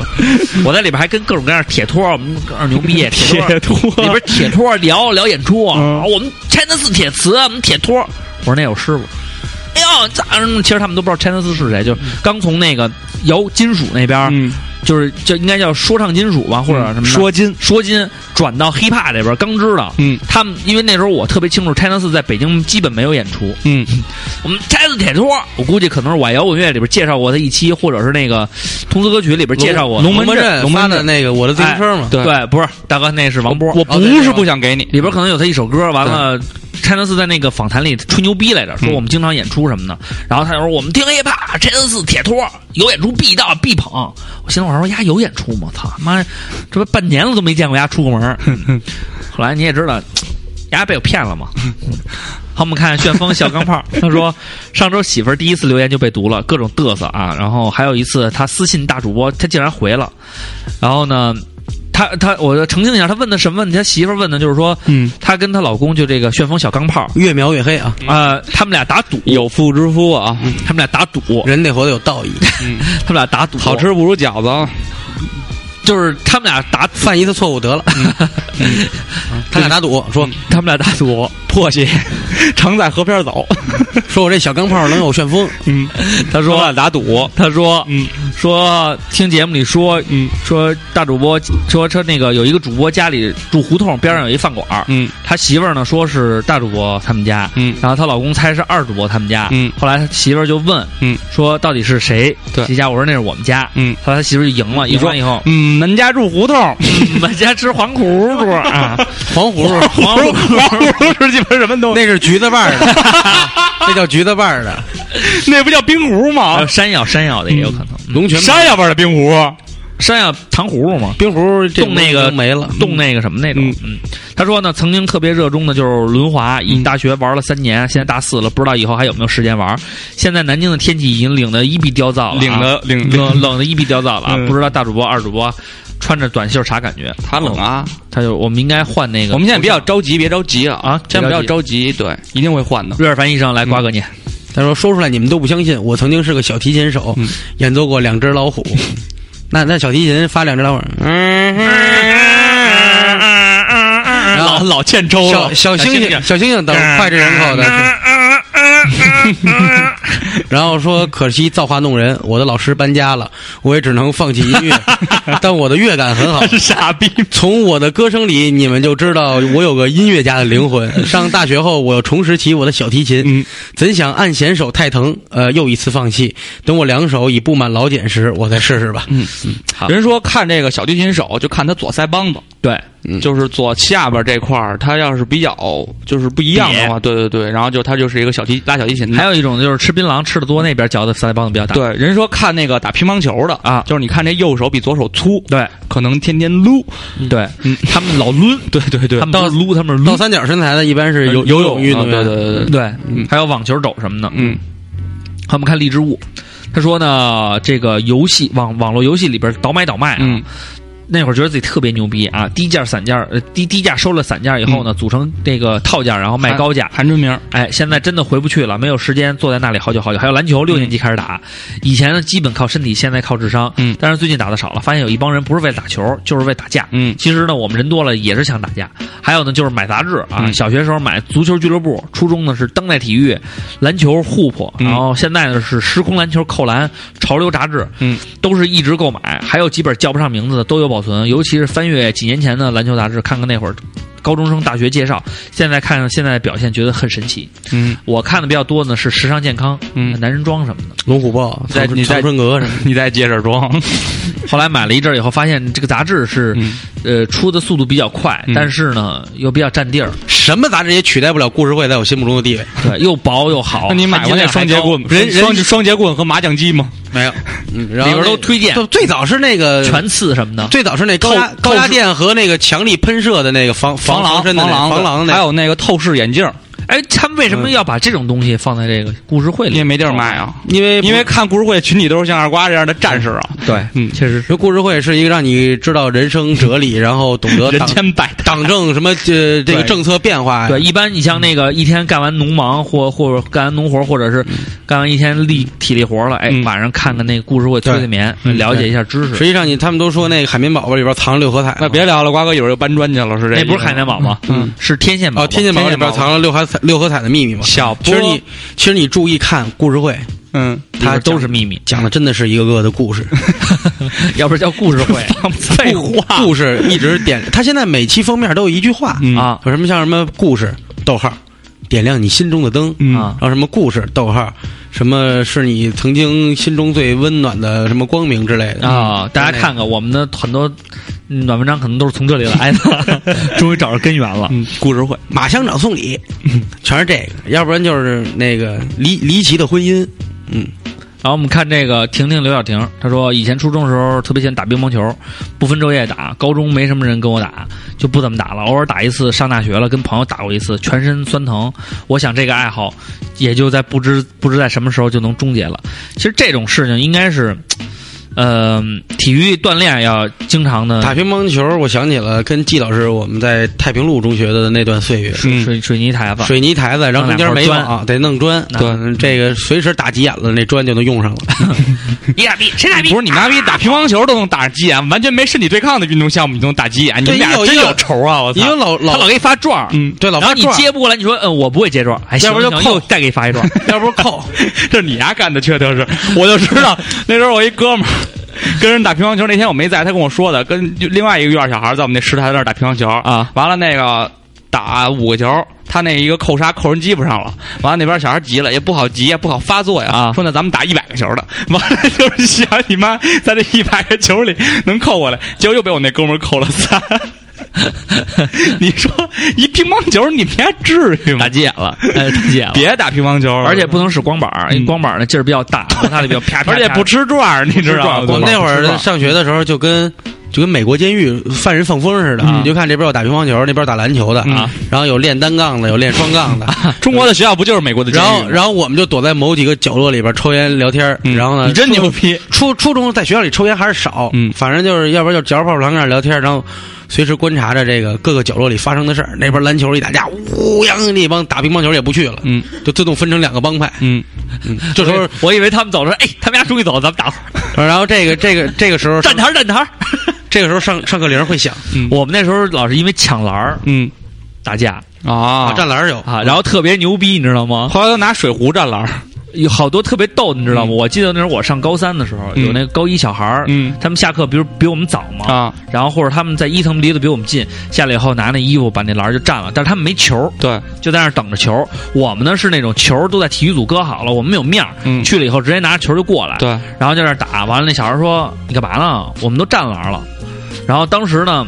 我在里边还跟各种各样的铁托，我们各种牛 逼铁托
铁托
里边铁托聊聊演出，
嗯
啊我们 China 四铁磁，我们铁托，我说那有师傅。哎呦，咋？其实他们都不知道 China 四是谁，就是刚从那个摇金属那边，
嗯，
就是就应该叫说唱金属吧，或啊者什么的
说金，
说金转到 hiphop 这边，刚知道。
嗯
他们因为那时候我特别清楚，China 四在北京基本没有演出。
嗯，
我们 China 铁托，我估计可能是我爱摇滚乐里边介绍过他一期，或者是那个通俗歌曲里边介绍过。
龙门阵发的那个我的自行车嘛，
对
哎对，不是大哥，那是王波。
我不是不想给你，
里边可能有他一首歌，完了。拆南四在那个访谈里吹牛逼来着，说我们经常演出什么的。然后他就说我们听 hiphop，拆南四铁托有演出必到必捧。我心里我说丫有演出吗？操妈，这不半年了都没见过丫出过门儿。嗯后来你也知道，丫被我骗了嘛。好，我们看旋风小钢炮，他说上周媳妇儿第一次留言就被读了，各种嘚瑟啊。然后还有一次他私信大主播，他竟然回了。然后呢，他他，我澄清一下，他问的什么问题？他媳妇儿问的就是说，
嗯，
他跟她老公就这个旋风小钢炮
越描越黑啊！
啊、他们俩打赌，
有妇之夫啊，
他们俩打赌，
人得活得有道义，
他们俩打赌，
好吃不如饺子。
就是他们俩打，
犯一次错误得了。 他俩打赌说
他们俩打赌
破 鞋，常在河边走。
说我这小钢炮能有旋风，
嗯，
他说
说打赌，
他说，
嗯，
说听节目里说，
嗯，
说大主播说说那个有一个主播家里住胡同边上有一饭馆儿，
嗯
他媳妇儿呢说是大主播他们家，
嗯
然后她老公猜是二主播他们家，
嗯
后来他媳妇儿就问，
嗯，
说到底是谁
对
谁家？我说那是我们家，
嗯，
后来他媳妇儿就赢了，赢
说，
完以后
嗯，恁家住胡同，
我们家吃黄葫 芦啊，
黄葫芦
黄葫芦，
黄葫芦是鸡巴什么东西？
那是橘子瓣儿的，那叫橘子瓣儿的
那不叫冰壶
还有
吗？
山药，山药的也有可能，
嗯
嗯
龙泉
山药味儿的冰壶，
山药糖葫芦嘛，
冰壶这
冻那个
没了，
动那个什么那种
嗯。
嗯，他说呢，曾经特别热衷的就是轮滑，一大学玩了三年，现在大四了，不知道以后还有没有时间玩。现在南京的天气已经冷得一逼焦躁了啊，
领的领
冷冷的一逼焦躁了啊，
嗯
不知道大主播、二主播穿着短袖啥感觉？
他冷啊！
他就我们应该换那个。
我们现在比较着急，别着急啊！
啊
现在比较
别
着急，对，一定会换的。
瑞尔凡医生来瓜哥
嗯
你，
他说说出来你们都不相信，我曾经是个小提琴手，演奏过两只老虎。那那小提琴发两只老虎，嗯然后
嗯老欠抽
小小星星嗯小星星等脍炙人口的是。嗯然后说可惜造化弄人，我的老师搬家了，我也只能放弃音 乐，但我的乐感很好。
傻逼！
从我的歌声里，你们就知道我有个音乐家的灵魂。上大学后，我又重拾起我的小提琴，
嗯
怎想按弦手太疼，呃，又一次放弃。等我两手已布满老茧时，我再试试吧。
好
人说看这个小提琴手，就看他左腮帮子，
对，
就是左下边这块儿，他要是比较就是不一样的话，对对对，然后就他就是一个小提拉小提琴的。
还有一种就是吃槟榔吃的多，那边嚼的腮帮子比较大。
嗯对，人说看那个打乒乓球的
啊
就是你看这右手比左手粗，
对
可能天天撸。
对，
嗯，
他们老抡，
对对对
他们都是撸，他
嗯
们是
倒
撸。
三角身材的一般是
呃
游游泳运动员，
啊对对对对对，
啊对，
嗯
还有网球肘什么的。
嗯，
好，我们看荔枝物，他说呢，这个游戏网网络游戏里边倒买倒卖啊，
嗯
那会儿觉得自己特别牛逼啊，低价散件儿，呃低低价收了散件儿以后
嗯
呢，组成这个套件儿，然后卖高价。
韩春明，
哎，现在真的回不去了，没有时间坐在那里好久好久。还有篮球，六年级开始打，以前呢基本靠身体，现在靠智商。
嗯
但是最近打的少了，发现有一帮人不是为了打球，就是为打架。
嗯
其实呢，我们人多了也是想打架。还有呢，就是买杂志啊，
嗯
小学时候买足球俱乐部，初中呢是当代体育、篮球、互破，
嗯
然后现在呢是时空篮球、扣篮、潮流杂志，
嗯，
都是一直购买，还有几本叫不上名字的都有保存，尤其是翻阅几年前的篮球杂志，看看那会儿。高中生、大学介绍，现在看现在的表现，觉得很神奇。
嗯，
我看的比较多呢是时尚健康，
嗯
男人装什么的。
龙虎豹、
在
长春
你在
长春阁什么的。
你再接着装。
后来买了一阵儿以后，发现这个杂志是，
嗯
呃，出的速度比较快，
嗯
但是呢又比较占地儿，
什么杂志也取代不了故事会在我心目中的地位。
对，又薄又好。
那你买过那双节棍吗？
人人
双双节棍和麻将机吗？
没有，嗯，然后
里边
那
都推荐
最最早是那个
全刺什么的，
最早是那高压
透
高压电和那个强力喷射的那个防
防
防
狼
身的那
狼
防狼的那
还
个，
有那个透视眼镜，
哎，他们为什么
嗯
要把这种东西放在这个故事会
你也
里？
没地儿卖啊。
因为
因为看故事会群体都是像二瓜这样的战士啊，
对，
嗯
确实是。
这故事会是一个让你知道人生哲理，然后懂得
人
党
间百态。
党政什么呃这个
对
政策变化，
对，，一般你像那个一天干完农忙或或者干完农活，或者是干完一天力体力活了，哎，
嗯
晚上看看那个故事会催催眠，了解一下知
实
识。
际上你他们都说那个海绵宝宝里边藏了六合彩嘛，
那啊别聊了，瓜哥一会儿又搬砖去了，是这意
那
思吗？
不是海绵宝吗？
嗯，
是天线宝宝。
哦，天线宝宝里边藏了六合彩六合彩的秘密嘛。
小
其
波
实你其实你注意看故事会，
嗯，
它
它
都是秘密，
讲的真的是一个个的故事，
要不是叫故事会
废话，
故事一直点，它现在每期封面都有一句话，
嗯
啊
有什么像什么故事逗号，点亮你心中的灯，
嗯
啊
然！后什么故事逗号，什么是你曾经心中最温暖的什么光明之类的
啊、大家看看我们的很多嗯暖文章，可能都是从这里来的， 终于找着根源了。
嗯，故事会，
马乡长送礼，全是这个，要不然就是那个离离奇的婚姻，嗯，
然后我们看这个婷婷刘晓婷，她说以前初中的时候特别喜欢打乒乓球，不分昼夜打。高中没什么人跟我打，就不怎么打了，偶尔打一次。上大学了，跟朋友打过一次，全身酸疼。我想这个爱好也就在不知不知在什么时候就能终结了。其实这种事情应该是。呃，体育锻炼要经常的
打乒乓球，我想起了跟季老师我们在太平路中学的那段岁月，
水水水泥台子，
水泥台子，然后中间没
弄两块
网，得弄砖。
那
对，这个随时打急眼了，那砖就能用上了。
你俩逼，谁俩逼？
不是你妈逼打乒乓球都能打急眼，完全没身体对抗的运动项目你都能打急眼，你们
对
俩
有
真
一个
有仇啊！我
因
操
为！老
他老
老
给你发状儿，
嗯，
对老
然后
发
你
转，
接不过来，你说嗯，我不会接状儿，还行，
要不就
行
扣
又再给你发一 状儿，
要不扣。
这是你丫干的，缺德事儿。我就知道那时候我一哥们儿跟人打乒乓球，那天我没在，他跟我说的，跟另外一个院儿小孩儿在我们那石台那儿打乒乓球
啊。
完了那个打五个球，他那一个扣杀扣人鸡巴上了。完了那边小孩急了，也不好急，也不好发作呀。
啊
说那咱们打一百个球的，完了 就是想你妈在这一百个球里能扣过来，结果又被我那哥们儿扣了仨。 你说一乒乓球，你们还至于吗
打？急眼了，哎，打急眼了。
别打乒乓球了，
而且不能使光板儿，因为
嗯
光板儿呢劲儿比较大，摩擦力比较啪啪。
而且不吃转儿，你知道吗？
我们那会
不吃转
儿上学的时候就跟。就跟美国监狱犯人放风似的，你就看这边有打乒乓球，那边有打篮球的，
嗯
然后有练单杠的，有练双杠的，
中国的学校不就是美国的监
然
狱吗？
后然后我们就躲在某几个角落里边抽烟聊天儿，
嗯
然后呢，
你真
初
牛逼！
初初中在学校里抽烟还是少，
嗯
反正就是要不然就嚼着泡泡糖在那聊天，然后随时观察着这个各个角落里发生的事儿。那边篮球一打架，乌泱，那帮打乒乓球也不去了，
嗯
就自动分成两个帮派。
嗯，
这时候，
我以为他们走了，哎，他们家终于走了，咱们打会儿
然后这个这个这个时候上
站台儿站台儿。
嗯
这个时候上上课铃会响
我们那时候老是因为抢篮儿
嗯
打架
啊
啊，站篮儿有
啊，然后特别牛逼，你知道吗？
后来都拿水壶站篮儿，
有好多特别逗，你知道吗？我记得那时候我上高三的时候，
嗯
有那个高一小孩儿，
嗯
他们下课比如比我们早嘛，
啊，
然后或者他们在一层离得比我们近，下来以后拿那衣服把那篮儿就占了，但是他们没球，
对，
就在那儿等着球。我们呢是那种球都在体育组搁好了，我们没有面儿，
嗯
去了以后直接拿着球就过来，
对，
然后就在那儿打。完了，那小孩说：“你干嘛呢？我们都占篮了。”然后当时呢，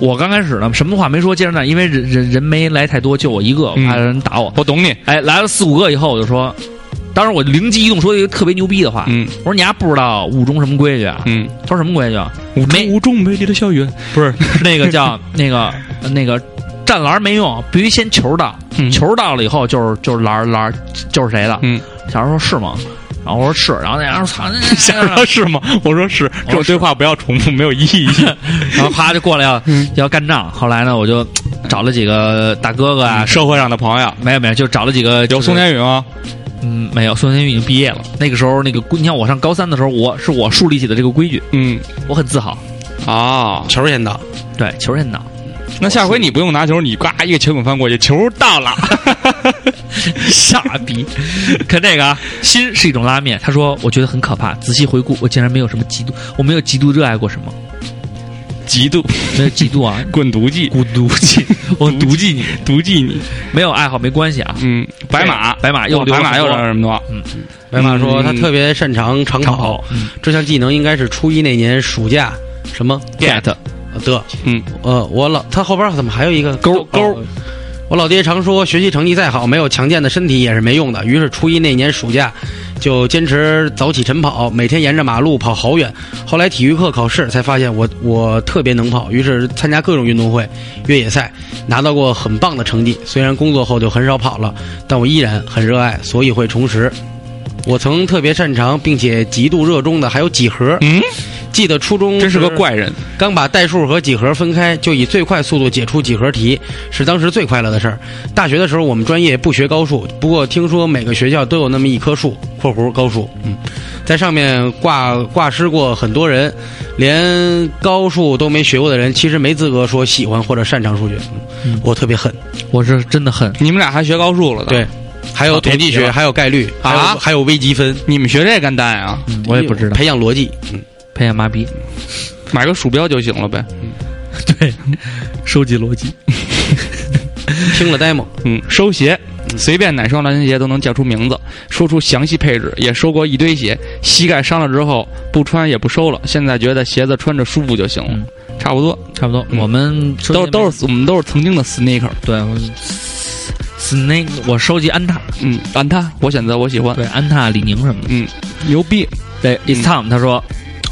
我刚开始呢什么话没说，接着呢，因为人人人没来太多，就我一个，我
嗯
怕人打我。
我懂你，
哎，来了四五个以后，我就说，当时我灵机一动说一个特别牛逼的话，
嗯
我说你丫不知道五中什么规矩啊？
嗯，
他说什么规矩 啊？
无
没
中无中美丽的校园，
不是那个叫那个那个站篮没用，必须先球到，
嗯
球到了以后就是就是篮篮就是谁的。
嗯，
小孩说是吗？然后我说是，然后那人说操，那
想说是吗？我说哦是，这种对话不要重复，没有意 义。
然后啪就过来要、
嗯
要干仗。后来呢，我就找了几个大哥哥啊，
社会上的朋友
没有没有，就找了几个、
嗯有
就是、
宋天宇吗？
嗯，没有，宋天宇已经毕业了。那个时候，那个规你看我上高三的时候，我是我树立起的这个规矩，
嗯
我很自豪。
啊，
球先到，
对，球先 挡，
那下回你不用拿球，你呱一个前滚翻过去，球到了。
傻逼。看这个啊，心是一种拉面。他说，我觉得很可怕。仔细回顾，我竟然没有什么极度，我没有极度热爱过什么，
极度
没有极度啊，
滚毒计，
孤独气， 我毒
计你，毒计你。
没有爱好没关系啊。
嗯，白马，
白马又
白马又
留了
让什么多？
白马说
嗯
他特别擅长长
长
跑
跑，嗯
这项技能应该是初一那年暑假什么
get
的，
嗯，
呃，我老他后边怎么还有一个
勾
哦我老爹常说，学习成绩再好，没有强健的身体也是没用的。于是初一那年暑假，就坚持早起晨跑，每天沿着马路跑好远。后来体育课考试才发现我我特别能跑，于是参加各种运动会、越野赛，拿到过很棒的成绩。虽然工作后就很少跑了，但我依然很热爱，所以会重拾。我曾特别擅长并且极度热衷的还有几何。
嗯，
记得初中
真是个
时
怪人。
刚把代数和几何分开，就以最快速度解出几何题，是当时最快乐的事儿。大学的时候，我们专业不学高数，不过听说每个学校都有那么一棵树（括弧高数），嗯，在上面挂挂失过很多人，连高数都没学过的人，其实没资格说喜欢或者擅长数学。嗯、我特别恨，
我是真的很
你们俩还学高数了？，
对，还有统计
别提
学，
了
还有概率，还有、
啊
还有微积分，
你们学这干蛋啊呀、
我也不知道啊
培养逻辑，嗯，
培养麻 痹，
买个鼠标就行了呗。
收集逻辑。
听了 demo。
嗯，收鞋，随便哪双篮球鞋都能叫出名字，说出详细配置，也收过一堆鞋，膝盖伤了之后不穿也不收了，现在觉得鞋子穿着舒服就行了，
嗯
差不多。
差不多，
嗯
我们收集
都是都是我们都是曾经的 sneaker，
对我 snake，我收集安踏，
嗯，安踏，我选择我喜欢，
对安踏、李宁什么的。
嗯，牛逼，
对，It's Time，他说。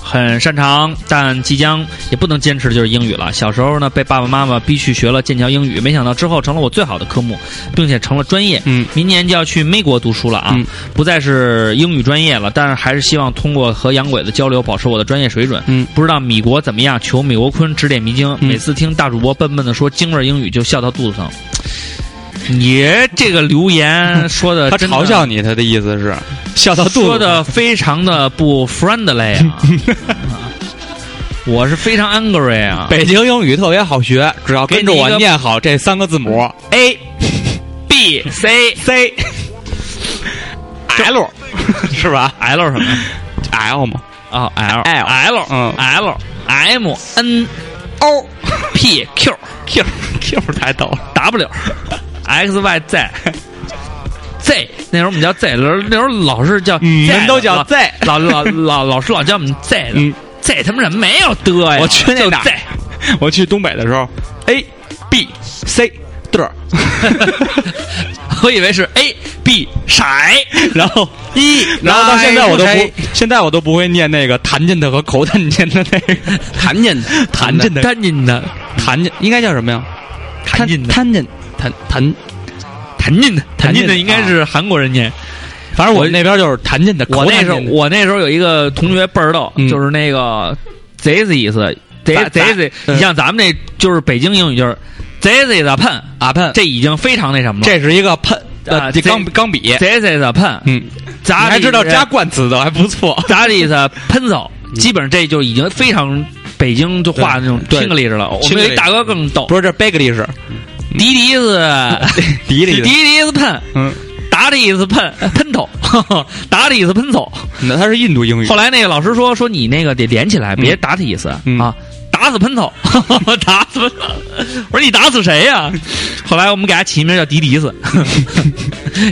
很擅长，但即将也不能坚持的就是英语了。小时候呢，被爸爸妈妈逼去学了剑桥英语，没想到之后成了我最好的科目，并且成了专业。
嗯，
明年就要去美国读书了啊，
嗯
不再是英语专业了，但是还是希望通过和洋鬼子交流，保持我的专业水准。
嗯，
不知道米国怎么样，求米国坤指点迷津。每次听大主播笨笨的说京味儿英语，就笑到肚子疼。你这个留言说的
他
真的
嘲笑你，他的意思是笑到肚
说
子。
的非常的不 friendly 啊，我是非常 angry 啊
北京英语特别好学，只要跟着我
给你一个
念好这三个字母
，A B C
C L，是 吧
L 什么
？L 嘛，
啊、L L
嗯
L M N O P Q Q
Q 太逗了。
W X Y Z Z 那时候我们叫 Z，那时候那时候老师叫
你
Z
们都叫
老
Z
老老老老师老叫我们 Z 的、
嗯
Z 他妈什么没有的呀？
我去那
就
哪儿
Z
我去东北的时候，A B C 对儿，
我以为是 A B 色，
然后
一，
然后到现在我都
来
不，现在我都不会念那个弹进的和口弹进的那个
弹见 的，
弹进的
干净的，
弹进应该叫什么呀？弹
进的
弹进弹弹，
弹进的，弹进的应该是韩国人念。反正
我
我
那边就是弹进的。
我
口
那
弹
时候
进的
我那时候有一个同学倍儿逗，
嗯
就是那个贼子意思，贼
咱
贼子，
嗯
你像咱们那就是北京英语就是贼贼的喷，
啊喷，
这已经非常那什么了。
这是一个喷
啊
呃
这
钢钢笔，
贼贼的喷，
嗯，你
咱
还知道嗯加
家
冠词的还不错。
咱的意思喷走，基本上这就已经非常北京就话那种
对
听个例子了。我们
English
有一大哥更逗，
不是，这 Bagley 是
迪迪 子，迪
迪丽的，
迪子喷，
嗯，
打里子喷喷头， 打里子喷走。
那他是印度英语
后。来那个老师说说你那个得连起来，别打体死、
嗯
啊，打死喷头， 打死喷头。我说你打死谁呀、后来我们给他起名叫迪迪斯，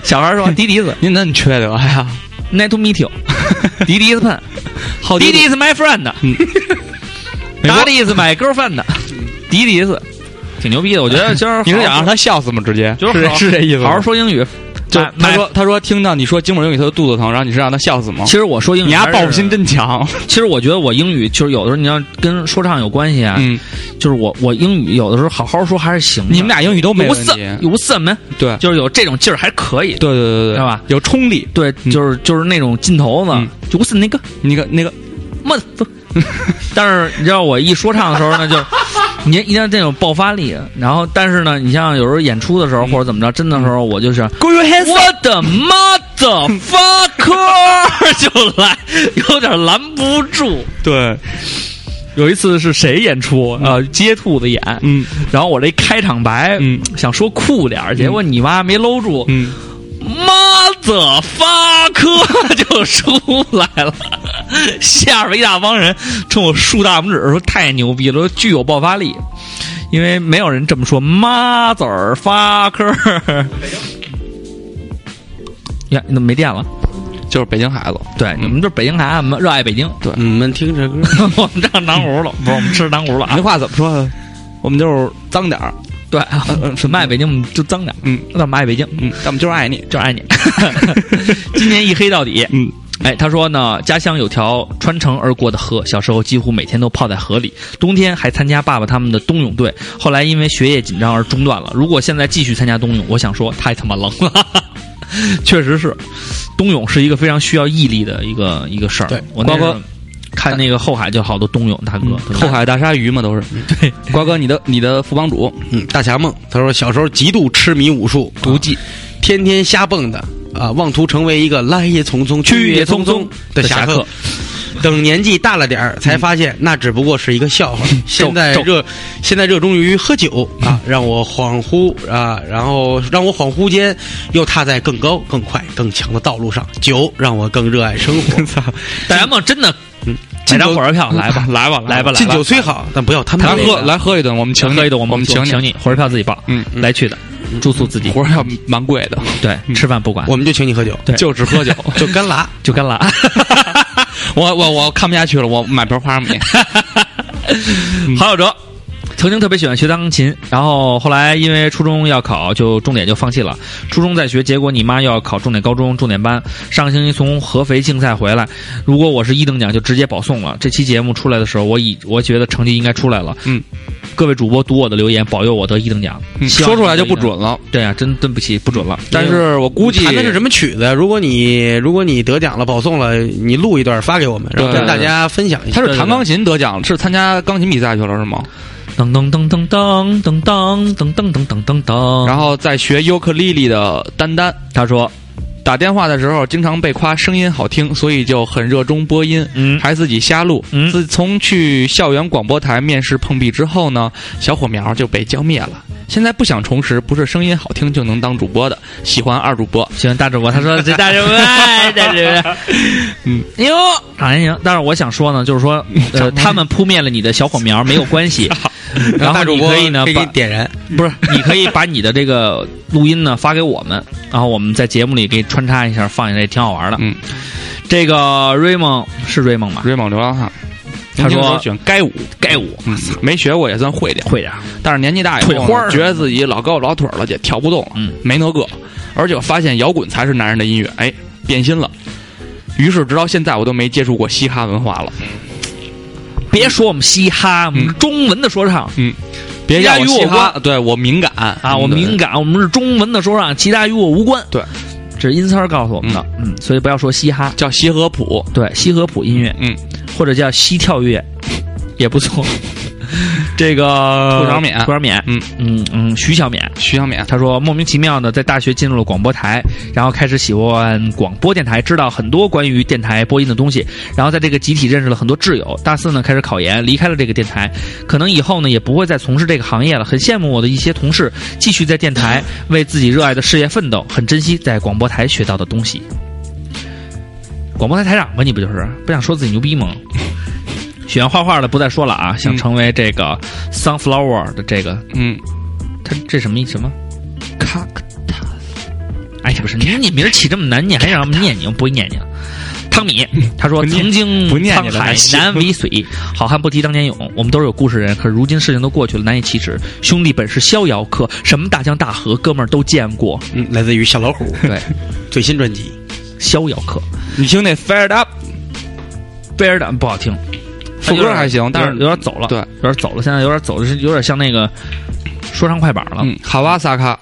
小孩说迪迪斯
您那么缺德哎呀？
，nice to meet you，迪迪斯喷，
好
迪迪斯 my friend，
嗯
打里斯 my girlfriend，迪迪斯，挺牛逼的，我觉得今儿
你是想让他笑死吗？直接
就是
这
好
是这意思吗？
好好说英语，
就
买
他
买
说他说听到你说京味英语，他就肚子疼，然后你是让他笑死吗
其？实我说英语
你丫
还是
报复心真强。
其实我觉得我英语就是有的时候你要跟说唱有关系啊，
嗯，
就是我我英语有的时候好好说还是行的。
你们俩英语都没
有
问
什
题。
有什么？
对
就是有这种劲儿还可以。
对对对对，
是吧
有冲力。
对，
嗯
就是就是那种劲头子
嗯，
就不是 那个
那个那个，
么子。但是你知道我一说唱的时候 呢，就你一定要这种爆发力。然后，但是呢，你像有时候演出的时候或者怎么着，真的时候我就是我的妈的 fuck 就来，有点拦不住。
对，
有一次是谁演出啊、呃接兔子演，
嗯
然后我这开场白，
嗯
想说酷点儿，结果你妈没搂住，
嗯，
妈的发科就出来了，下边一大帮人冲我竖大拇指说太牛逼了，说具有爆发力，因为没有人这么说妈子儿发科。 呀，你怎么没电了？
就是北京孩子。
对，你们就是北京孩子，我们热爱北京。对，
你们嗯听这歌，
我们唱糖葫芦，不是我们吃糖葫芦啊
那。话怎么说的？我们就是脏点儿，
对，什么爱呃北京我们就脏点儿，
嗯
那我们爱北京，
嗯，但我们就是爱你。
就是爱你。 今年一黑到底，
嗯，
哎，他说呢，家乡有条穿城而过的河，小时候几乎每天都泡在河里，冬天还参加爸爸他们的冬泳队，后来因为学业紧张而中断了。如果现在继续参加冬泳，我想说太他妈冷了。 确实是，冬泳是一个非常需要毅力的一个一个事儿。
对
我那
包括
时候看那个后海就好多冬泳大哥，对吧
后海大鲨鱼嘛都是。对，瓜哥，你的你的副帮主
嗯，大侠梦，他说小时候极度痴迷武术，
毒技，
天天瞎蹦的啊，妄图成为一个来也匆匆去也匆匆的侠客。等年纪大了点儿，才发现那只不过是一个笑话。现在热，现在热衷于喝酒啊，让我恍惚啊，然后让我恍惚间又踏在更高、更快、更强的道路上。酒让我更热爱生活。
大家梦真的，嗯买张火车票来吧，来吧，来吧，来
敬
吧
酒，虽好，但不要贪
来
杯。
喝来喝一顿，我们请
喝一顿，
我
我们
请
请
你，
你，火车票自己报，
嗯
来去的，住宿自己，
活儿嗯要蛮贵的，
对，吃饭不管，
我们就请你喝酒，
对
就只喝酒。
就干拉。
就干 拉。
我我我看不下去了，我买瓶花生米。
郝小哲，曾经特别喜欢学钢琴，然后后来因为初中要考，就重点就放弃了。初中在学，结果你妈又要考重点高中、重点班。上个星期从合肥竞赛回来，如果我是一等奖，就直接保送了。这期节目出来的时候，我已我觉得成绩应该出来了。
嗯，
各位主播读我的留言，保佑我得一等奖。希望
说出来就不
我得一等奖。
准了。
对啊，真对不起，不准了。
但是我估计
弹的是什么曲子呀？如果你如果你得奖了，保送了，你录一段发给我们，然后
对
跟大家分享一下
他。是弹钢琴得奖，是参加钢琴比赛去了是吗？
噔噔噔噔噔噔噔噔噔噔噔噔噔。
然后在学尤克里里的丹丹，
嗯他说，
打电话的时候经常被夸声音好听，所以就很热衷播音，
嗯
还自己瞎录。
嗯
自从去校园广播台面试碰壁之后呢，小火苗就被浇灭了。现在不想重拾，不是声音好听就能当主播的，喜欢二主播。
喜欢大主播，他说这大主播，哎大主 播，嗯，哟，长言行。但是我想说呢，就是说， 呃，他们扑灭了你的小火苗没有关系，然后
大主
你
播
可以呢
给你
把
点燃，
不 是，你可以把你的这个录音呢发给我们，然后我们在节目里给穿插一下，放进来，挺好玩的。
嗯，
这个 Raymond 是 Raymond 吧？
追梦流浪汉，
他说
年轻的时候选该舞，
该我
嗯，没学过也算会点。哎
会点儿，
但是年纪大以后呢，
腿花儿
觉得自己老高老腿儿了，也跳不动了，
嗯
没那个。而且我发现摇滚才是男人的音乐，哎，变心了。于是直到现在，我都没接触过嘻哈文化了。
别说我们嘻哈，我
嗯
们是中文的说唱。
别
嘻哈
叫我
与我
嘻哈，
关
对我敏感嗯
啊，我敏
感。
感，我们是中文的说唱，其他与我无关。
对，
这是音三儿告诉我们的，嗯，所以不要说嘻哈，
叫协和谱，
对，西河谱音乐，
嗯，
或者叫西跳跃，也不错。 这个
顾小冕
顾小冕，
嗯
嗯嗯，徐小冕，
徐小冕，
他说莫名其妙的在大学进入了广播台，然后开始喜欢广播电台，知道很多关于电台播音的东西，然后在这个集体认识了很多挚友。大四呢开始考研，离开了这个电台，可能以后呢也不会再从事这个行业了。很羡慕我的一些同事继续在电台为自己热爱的事业奋斗，很珍惜在广播台学到的东西。广播台台长吧，你不就是不想说自己牛逼吗？喜欢画画的不再说了啊，想
嗯
成为这个 sunflower 的这个
嗯，
他这什么什么 c a 哎呀，不是你你名儿起这么难念，还让我们念你，我不会念你。汤米他说：“曾经
不念
沧
你了
海
还行
难为水，好汉不提当年勇。我们都是有故事的人，可是如今事情都过去了，难以启齿。兄弟本是逍遥客，什么大江大河，哥们儿都见过。
嗯，来自于小老虎
对，
最新专辑。
逍遥客，
你听那 Fired Up
贝尔党不好听，
副歌还行，但
有
是
点有点走了，
对，
有点走了，现在有点走了，是有点像那个说唱快板了。
嗯，哈瓦萨卡，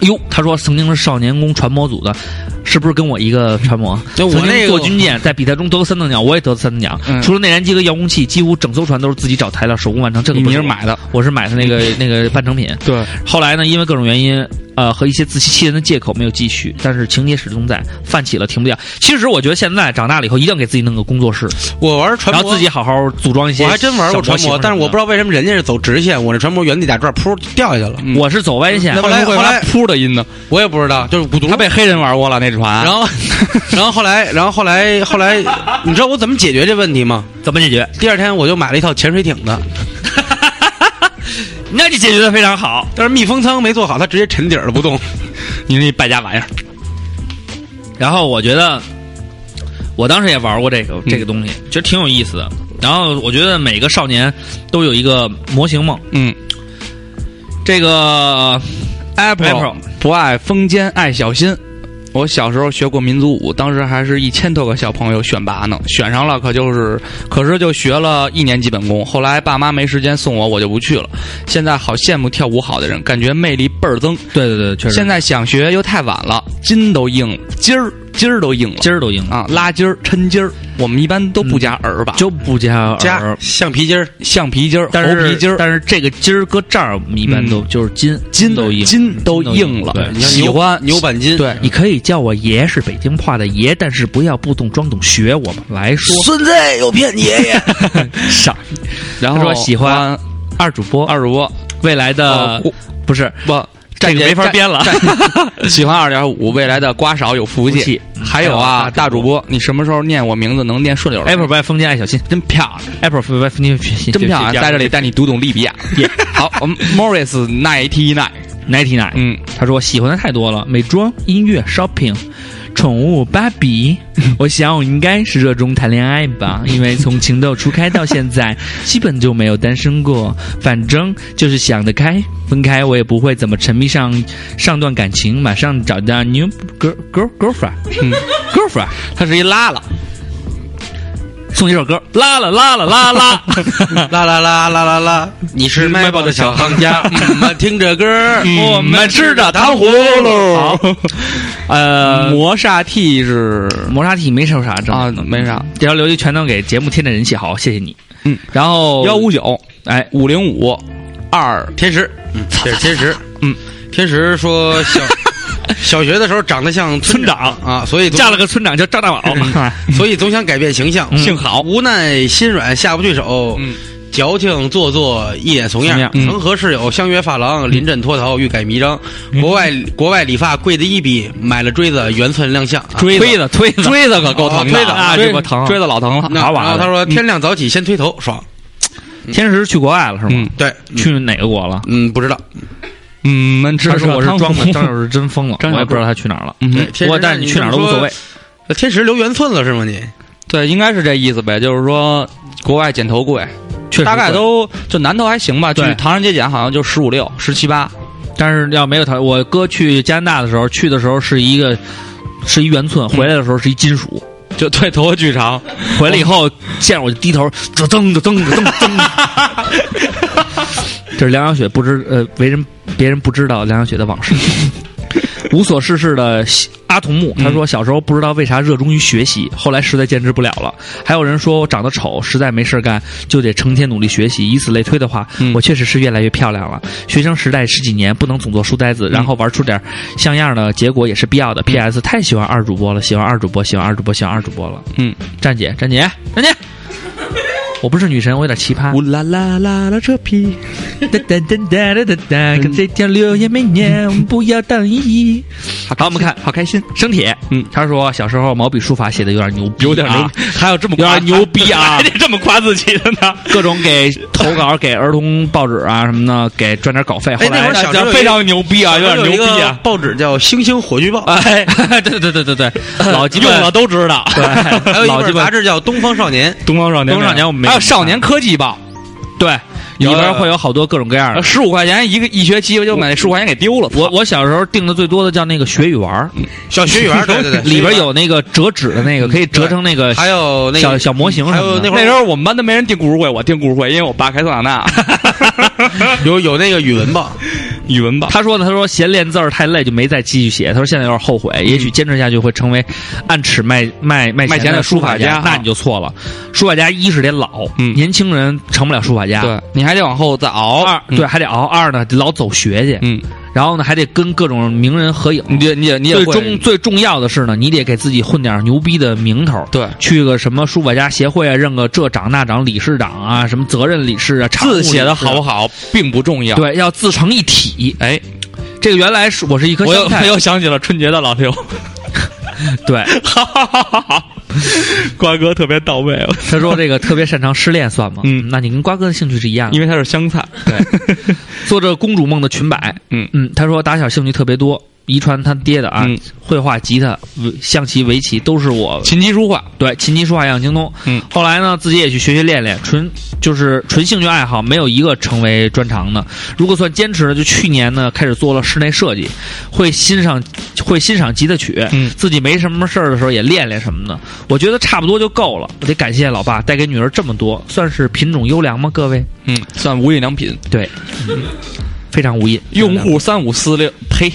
哟，他说曾经是少年宫传播组的，是不是跟我一个传播？
就我
曾经
那个
做军舰，在比赛中得了三等奖，我也得了三等奖。
嗯
除了内燃机和遥控器，几乎整艘船都是自己找材料手工完成。这个
你
不
你
是
是
我，
买的，
我是买的那 个那个半成品。
对，
后来呢，因为各种原因，呃，和一些自欺欺人的借口没有继续，但是情节始终在，饭起了停不掉。其实我觉得现在长大了以后，一定要给自己弄个工作室，
我玩传
然后
播
自己好好组装一些。
我还真玩过传播，但是我不知
道，
道为什么人家是走直线，我这传播原地打转，噗掉下去了。
嗯
我是走歪线
那。
后
后来
来
后来
噗的音呢，
我也不知道，就是不读
他。被黑人玩过了那船，
然 后，然后后来，然后后来后来，你知道我怎么解决这问题吗？
怎么解决？
第二天我就买了一套潜水艇的，
那你解决的非常好。
但是密封舱没做好，它直接沉底儿了不动。
你那败家玩意儿，
然后我觉得，我当时也玩过这个这个东西，觉得挺有意思的。然后我觉得每个少年都有一个模型梦，
嗯
这个
Apple
Apple
不爱风间，爱小心。我小时候学过民族舞，当时还是一千多个小朋友选拔呢，选上了可就是，可是就学了一年基本功。后来爸妈没时间送我，我就不去了。现在好羡慕跳舞好的人，感觉魅力倍儿增。
对对对，确实
现在想学又太晚了，筋都硬了，筋儿筋儿都硬了
今儿都赢了，
啊，拉筋儿、抻筋儿，我们一般都不加耳吧，
就不加
加
耳。
橡皮筋儿，
橡皮筋儿、
但
猴皮筋
是
儿、
但是这个筋儿搁这儿，我们一般
嗯
都就是筋
筋
都硬，
筋都
筋都硬
硬了
对。
你像
喜
牛
欢
牛板筋，
对
你可以叫我爷是北京话的爷，但是不要不懂装懂学我们来说。
孙子又骗爷 爷。
上
然后
他说喜欢二主播，
二主播呃
未来的
我
不是
不，
这
站
个
姐
没法
站
编了。
喜欢二点五，未来的瓜少有福
福
气
气。
还有
还有啊
啊，大主播，你什么时候念我名字能念顺溜儿
Apple 不爱封建爱小心
真漂亮，
，Apple 不爱封建真
真漂亮，在这里带你读懂利比亚。好我们，Morris ninety nine，
啊 ninety nine。
嗯，
他说喜欢的太多了，美妆、音乐、shopping、宠物芭 比，我想我应该是热衷谈恋爱吧，因为从情窦初开到现 在，基本就没有单身过。反正就是想得开，分开我也不会怎么沉迷上上段感情，马上找到 new girl girl girlfriend，嗯，girlfriend，
他是一拉了，
送你一首歌，拉了拉了拉 拉，
啦啦啦啦啦啦！你是卖报的小行家，
嗯
我们听着歌儿，
我们吃着糖葫芦。好，呃，
磨砂 T 是
磨砂体没啥啥
啊，
正
没啥，
这条留言全都给节目添点人气，好，谢谢你。
嗯，
然后
幺五九
哎，
五零五二
天使， 嗯，这是天使，嗯，天使说小小学的时候长得像村
村长
啊，所以
嗯
总
嫁了个村长叫赵大宝，
所以总想改变形象，
幸
好无奈心软下不去手，
嗯
矫情做作一脸怂样
怂
儿
样，嗯
曾和室友相约发廊，临阵脱逃欲盖弥彰，
嗯
国外国外理发贵的一笔，买了锥子圆寸亮相，啊
锥
推
子
的推的，
锥子可够哦疼的，
锥子啊
锥
这个疼
锥子老疼了。嗯
那
好吧
然后他说天亮早起先推头，爽，
天时去国外了是吗
嗯？
对，嗯
去哪个国了？
嗯，不知道，
嗯，们吃
他说我是装的，
的，
张老师真疯了，
张
我
小
也不知道他去哪儿了。
对
嗯，
不
天
过
使
但是
让
你
你
去哪儿都无所谓。
天使留圆寸了是吗你？
对，应该是这意思呗，就是说国外剪头贵，
确实
大概
贵，
都就南头还行吧，去
对
唐人街剪好像就十五六、十七八，
但是要没有他，我哥去加拿大的时候，去的时候是一个是一圆寸，回来的时候是一金属。
就对头发巨 长，
回来以后见着我就低头，噔噔噔噔噔噔。这是梁小雪不知呃为人别人不知道梁小雪的往事。无所事事的阿童木，
嗯
他说小时候不知道为啥热衷于学习，后来实在坚持不了了。还有人说我长得丑，实在没事干，就得成天努力学习，以此类推的话，
嗯
我确实是越来越漂亮了。学生时代十几年，不能总做书呆子，
嗯
然后玩出点像样的结果也是必要的。P.S. 太喜欢二主播了，喜欢二主播，喜欢二主播，喜欢二主播了。
嗯，
站姐，站姐，站姐，我不是女神，我有点奇葩。
呜啦啦啦啦扯皮，
哒哒哒哒哒哒哒，跟这条留言没念，我们不要当一。好，我们看
好开心，
生铁，
嗯，
他说小时候毛笔书法写的有点牛逼啊，有
有点牛，还有这么
有点牛逼啊
还得这么夸自己的呢，
各种给投稿、给儿童报纸啊什么的，给赚点稿费。后
哎，那
来
会儿小时候有一个
非常牛逼啊，有点
有一
牛逼
个
啊，
报纸叫《星星火炬报》，
哎，
对对对对对，老鸡
用
巴
了都知道，
还有
对，
一
老鸡
本
巴
杂志叫《东方少年》。
东方少年，啊
东方少年我们没
还有少年科技报，
对，里边会有好多各种各样的。
十五块钱一个一学期，我就把那十五块钱给丢了，
我我小时候订的最多的叫那个学语玩儿，
小学员，对对对，
里边有那个折纸的那个，可以折成那个
还有那
小
个
小模型
还
什么
有那
的。
会
那时
儿
候我们班都没人订故事会，我订故事会，因为我爸开桑塔纳。
有有那个语文报，
语文吧，
他说呢，他说嫌练字儿太累，就没再继续写。他说现在有点后悔，
嗯
也许坚持下去会成为按尺卖卖卖
卖
钱
钱的
书
书法
家
家，
那
啊
你就错了。书法家一是得老，
嗯
年轻人成不了书法家。
对你还得往后再熬。
二
嗯
对，还得熬，二呢得老走学去，
嗯，
然后呢还得跟各种名人合影。
你得你也你也
嗯最
会
终最重要的是呢，你得给自己混点牛逼的名头，
对
去个什么书法家协会啊，认个这长那长理事长啊，什么责任理事啊，常务
字写的
理事啊
好不好并不重要。，
对，要自成一体。
哎，
这个原来是我是一颗
我又
香
我
菜，
又想起了春节的老刘，
对，
哈哈哈哈哈！瓜哥特别到位，啊
他说这个特别擅长失恋算吗？
嗯
那你跟瓜哥的兴趣是一样的
因。为他是香菜。
做着公主梦的裙摆，
嗯
嗯，他说打小兴趣特别多，遗传他爹的啊，
嗯
绘画、吉他、围象棋、围棋都是我
琴棋书画，
对琴棋书画样精通。
嗯，
后来呢，自己也去学学练练，纯就是纯兴趣爱好，没有一个成为专长的。如果算坚持呢，就去年呢开始做了室内设计，会欣赏会欣赏吉他曲，
嗯
自己没什么事儿的时候也练练什么的。我觉得差不多就够了。我得感谢老爸带给女儿这么多，算是品种优良吗？各位，
嗯，算无印良品。
对，非常无印
用户三五四六，呸，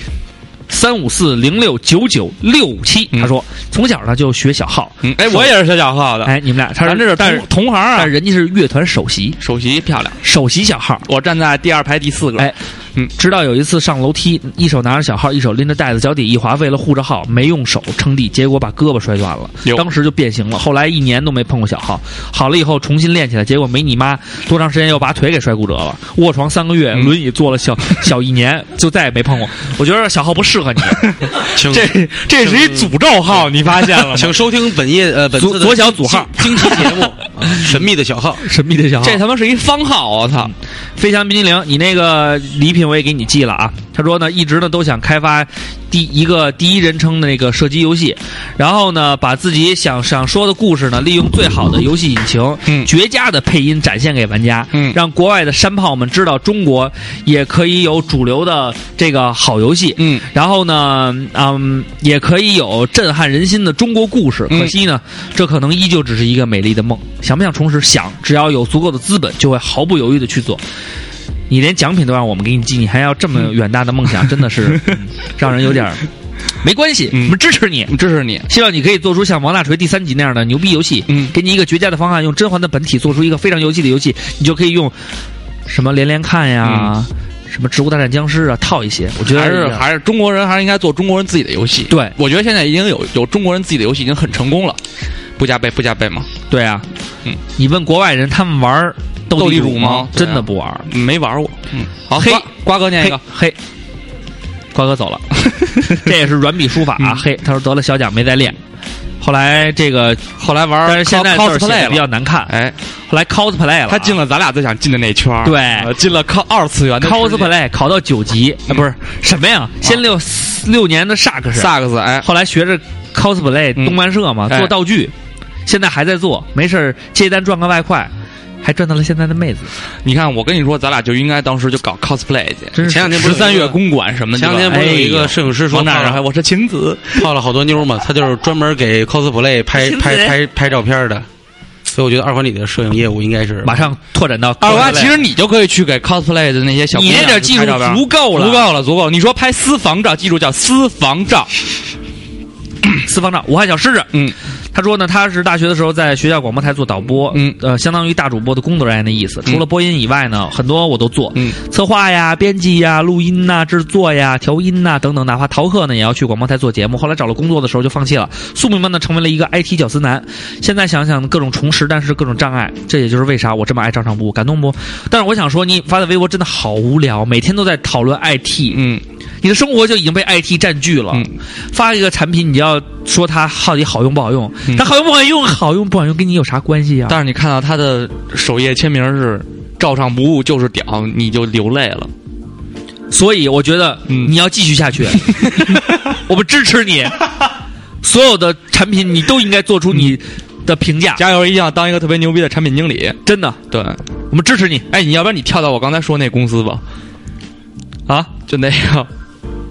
三五四零六九九六五七，
嗯
他说从小呢就学小号，
嗯，哎，
是
我也是学小号的，
哎，你们俩他
咱这是
但
同
是
同行啊
但是，人家是乐团首席，
首席漂亮，
首席小号。
我站在第二排第四个。
哎，
嗯
直到有一次上楼梯，一手拿着小号，一手拎着袋子，脚底一滑，为了护着号没用手撑地，结果把胳膊摔断了
哟，
当时就变形了。后来一年都没碰过小号，好了以后重新练起来，结果没你妈多长时间又把腿给摔骨折了，卧床三个月，
嗯
轮椅坐了 小小一年，就再也没碰过。我觉得小号不适 合你，
请
这这是一诅咒号，你发现了吗？
请收听本页呃本
左
次的
左小组号，
惊奇节目，啊神秘的小号，
神秘的小号。嗯
这他妈是一方号，我操！
飞翔冰激凌，你那个礼品我也给你寄了啊。他说呢，一直呢都想开发第一个第一人称的那个射击游戏，然后呢把自己想想说的故事呢，利用最好的游戏引擎，
嗯
绝佳的配音展现给玩家，
嗯
让国外的山炮们知道中国也可以有主流的这个好游戏，
嗯，
然后呢，嗯，也可以有震撼人心的中国故事。
嗯
可惜呢，这可能依旧只是一个美丽的梦。想不想重拾？想，只要有足够的资本，就会毫不犹豫的去做。你连奖品都让我们给你寄，你还要这么远大的梦 想，真的是、嗯让人有点儿没关系。
嗯
我们支持你，
支持你，
希望你可以做出像《王大锤》第三集那样的牛逼游戏。
嗯
给你一个绝佳的方案，用甄嬛的本体做出一个非常游戏的游戏，你就可以用什么连连看呀，什么植物大战僵尸啊套一些。我觉得
嗯还是
也
还是中国人还是应该做中国人自己的游戏。
对
我觉得现在已经有有中国人自己的游戏已经很成功了，不加倍不加倍嘛，
对啊，
嗯，
你问国外人，他们玩儿斗
斗地
地
主吗
吗？
对啊
真的不玩儿。
没玩过。嗯，好，
嘿
瓜瓜哥念一个，
嘿，嘿瓜哥 走了，这也是软笔书法
嗯
啊。嘿，他说得了小奖没再练。后来这个，
后来玩，
但是现在字儿写
cosplay
的比较
了，
难看。
哎，
后来 cosplay 了啊，
他进了咱俩最想进的那圈儿
对
呃进了 cos 二次元的世界哎
cosplay 考到九级，啊不是什么呀？先六六年的萨克斯，
萨克斯，哎，
后来学着 cosplay
嗯
动漫社嘛，
哎
做道具，现在还在做，没事儿接单赚个外快，还赚到了现在的妹子。
你看，我跟你说，咱俩就应该当时就搞 cosplay 去，
真是
前两天不是
十三月公馆什么的。
前两天不是有一个摄影师说
王大
泡
人还
了
我是晴子，
泡了好多妞嘛？他就是专门给 cosplay 拍拍拍拍照片的，所以我觉得二环里的摄影业务应该是
马上拓展到
二瓜，
cosplay
其实你就可以去给 cosplay 的那些小姑
你
娘
那点技术
去拍照片
足够了
足够了，足够。你说拍私房照，记住叫私房照，
私房照，武汉小狮子。
嗯，
他说呢，他是大学的时候在学校广播台做导播，
嗯
呃，相当于大主播的工作人员的意思。除了播音以外呢，很多我都做，
嗯，
策划呀、编辑呀、录音呐、制作呀、调音呐、等等，哪怕逃课呢，也要去广播台做节目。后来找了工作的时候就放弃了，宿命般的成为了一个 IT 屌丝男。现在想想各种重拾，但是各种障碍，这也就是为啥我这么爱照常不误，感动不？但是我想说，你发的微博真的好无聊，每天都在讨论 IT，
嗯，
你的生活就已经被 IT 占据了。
嗯
发一个产品，你就要说它到底好用不好用，
嗯
它好用不好用，好用不好用跟你有啥关系啊？
但是你看到他的首页签名是“照上不误就是屌”，你就流泪了。
所以我觉得
嗯
你要继续下 去，我们支持 你。所有的产品你都应该做出你的评价，
加油，一定要当一个特别牛逼的产品经理。
真的，
对，
我们支持你。
哎，你要不然你跳到我刚才说那公司吧，啊，就那 个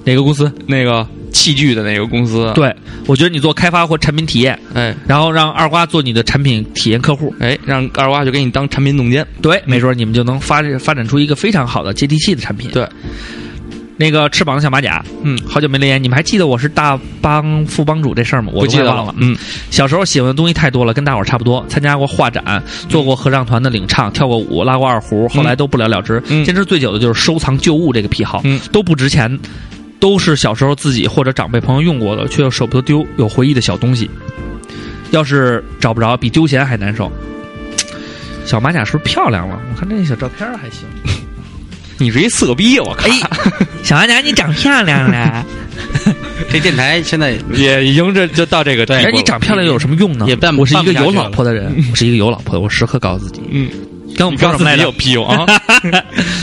哪个公司？
那个器具的那个公司。，
对，我觉得你做开发或产品体验，
哎
然后让二瓜做你的产品体验客户，
哎，让二瓜就给你当产品总监。
对，没准你们就能发发展出一个非常好的接地气的产品。
对，
那个翅膀的小马甲，
嗯，
好久没留言，你们还记得我是大帮副帮主这事儿吗？我
不
都
记
快
得
忘
了
了。，
嗯，
小时候喜欢的东西太多了，跟大伙儿差不多。参加过画展，做过合唱团的领唱，跳过舞，拉过二胡，后来都不了了之。
嗯
坚持最久的就是收藏旧物这个癖好，
嗯
都不值钱，都是小时候自己或者长辈朋友用过的，却又舍不得丢，有回忆的小东西。要是找不着，比丢钱还难受。小马甲是不是漂亮了？我看这小照片儿还行。
你是一色逼，我看。
小马甲，你长漂亮 了。
这电台现在
也已经这就到这个地步
哎，
了。
你长漂亮又有什么用呢？
也办不
我是一个
办不
有
下去
老婆的人，我是一个有老婆的，我时刻告诉自己。
嗯，
刚我们
你告
说什么
诉自
来
己
着
有？屁 用啊！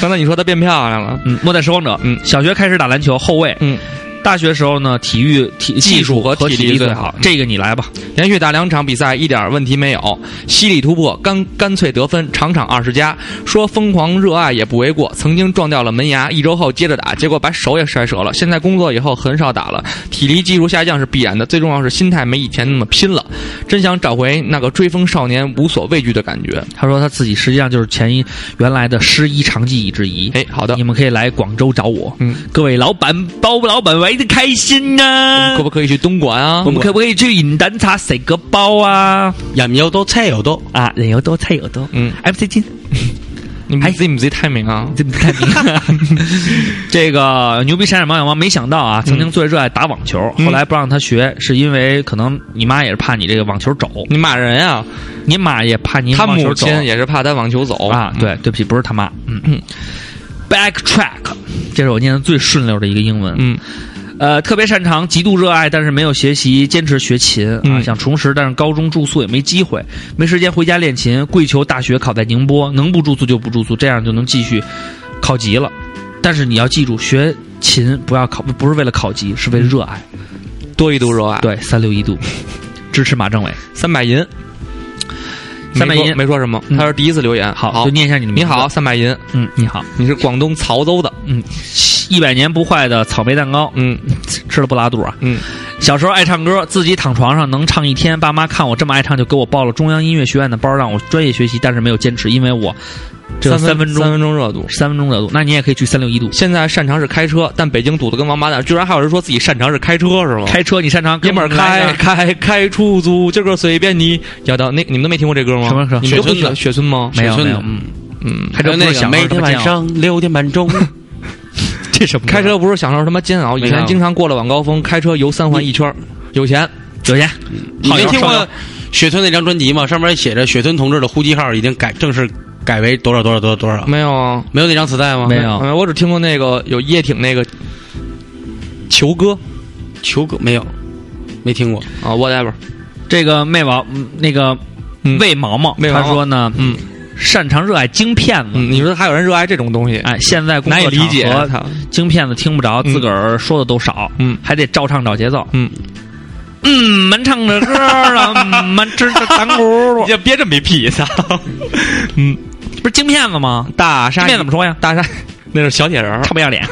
刚才你说她变漂亮了，
嗯，末代拾荒者。
嗯
小学开始打篮球，后卫。
嗯，
大学时候呢，体育体
技术
术
和
体
体力最
最
好
好。
嗯
这个你来吧，
连续打两场比赛一点问题没有，犀利突破，干干脆得分，场场二十加。说疯狂热爱也不为过，曾经撞掉了门牙，一周后接着打，结果把手也摔折了。现在工作以后很少打了，体力技术下降是必然的，最重要是心态没以前那么拼了。真想找回那个追风少年无所畏惧的感觉。
他说他自己实际上就是前一原来的失一长技以制夷。
哎，好的
你，们可以来广州找我。
嗯，
各位老板，包老板玩的开心呢
嗯可。不可以去东莞啊？
我们可不可以去饮蛋茶谁个包啊？
眼苗都菜有都，
啊，人有多，菜有多。哎
嗯
，MC 金。
你们自己你们自己太明啊。
这不哎太明白。 这个牛逼闪闪猫眼王，没想到啊，
嗯
曾经最热爱打网球，后来不让他学，是因为可能你妈也是怕你这个网球肘，
你骂人呀、
你妈也怕你
嗯他
网球
母
肘
亲也是怕他网球走
啊。对，对不起，不是他妈。嗯嗯，backtrack，这是我念的最顺溜的一个英文。
嗯，
呃，特别擅长，极度热爱，但是没有学习，坚持学琴啊，
嗯
想重拾，但是高中住宿也没机会，没时间回家练琴，跪求大学考在宁波，能不住宿就不住宿，这样就能继续考级了。但是你要记住，学勤，不要考，不是为了考级，是为了热爱。
多一度热爱，
对，三六一度，支持马政委。
三百银，
三百
没说
银
没说什么，
嗯
他是第一次留言。好
就，念一下你的名
你
字
好，，三百银，
嗯，你好，
你是广东潮州的，
一百年不坏的草莓蛋糕，
嗯
吃了不拉肚啊。
嗯，
小时候爱唱歌，自己躺床上能唱一天。爸妈看我这么爱唱，就给我报了中央音乐学院的班，让我专业学习，但是没有坚持，因为我只有
三
三分
三
钟
分钟热度。
三分钟热度。那你也可以去三六一度
现在擅长是开车，但北京堵得跟王八蛋，居然还有人说自己擅长是开车是吗？
开车，你擅长
爷们儿开
什
开开出租，今儿个随便你要到那你们都没听过这歌吗？
么时候
你们都不
雪村的
雪村吗？
没有没有，
嗯嗯，
开车不
那
是
个
小
每天晚上六点半钟，
这什么啊
开车不是享受什么煎熬，以前经常过了晚高峰，开车游三环一圈儿，有钱。
有钱
你
好
没
友
听
少
过雪村那张专辑吗？上面写着雪村同志的呼机号已经改正式改为多少多少多少多少，
没有啊？
没有那张磁带吗？
没有
嗯我只听过那个有叶挺那个球哥
球哥没有，没听过。
啊，whatever。
这个妹毛嗯那个
嗯
魏毛毛，
魏毛
他
毛
说呢，
嗯
擅长热爱京片子。
嗯，你说还有人热爱这种东西，
哎，现在工
难以
作
理解。
场合
操
京片子听不着，
嗯
自个儿说的都少，
嗯
还得照唱找节奏，
嗯，
嗯，们唱着歌儿啊，嗯们吃着糖葫 芦，
也别这么一屁 操！嗯
不是京片子吗？
大
京
鲨
片怎么说呀？
大 鲨，那是小铁人儿，
臭不要脸！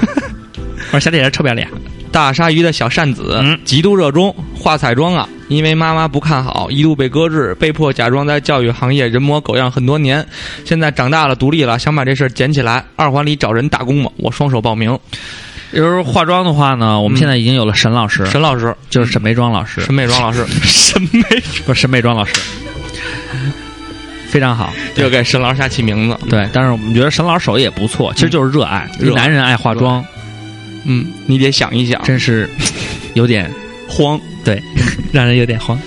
我说小姐姐臭不要脸，
大鲨鱼的小扇子
嗯，
极度热衷画彩妆啊，因为妈妈不看好，一度被搁置，被迫假装在教育行业人模狗样很多年。现在长大了，独立了，想把这事儿捡起来，二环里找人打工嘛，我双手报名。
有时候化妆的话呢，我们
嗯
现在已经有了沈老师，
沈老师，
就是沈眉庄老师，
沈美妆老师， 沈美
不是沈眉庄老师，非常好。
又给沈老师瞎起名字。
对，但是我们觉得沈老师手艺也不错，其实就是嗯热爱，
热爱
男人爱化妆，
嗯，你得想一想，
真是有点
慌，
对，让人有点慌。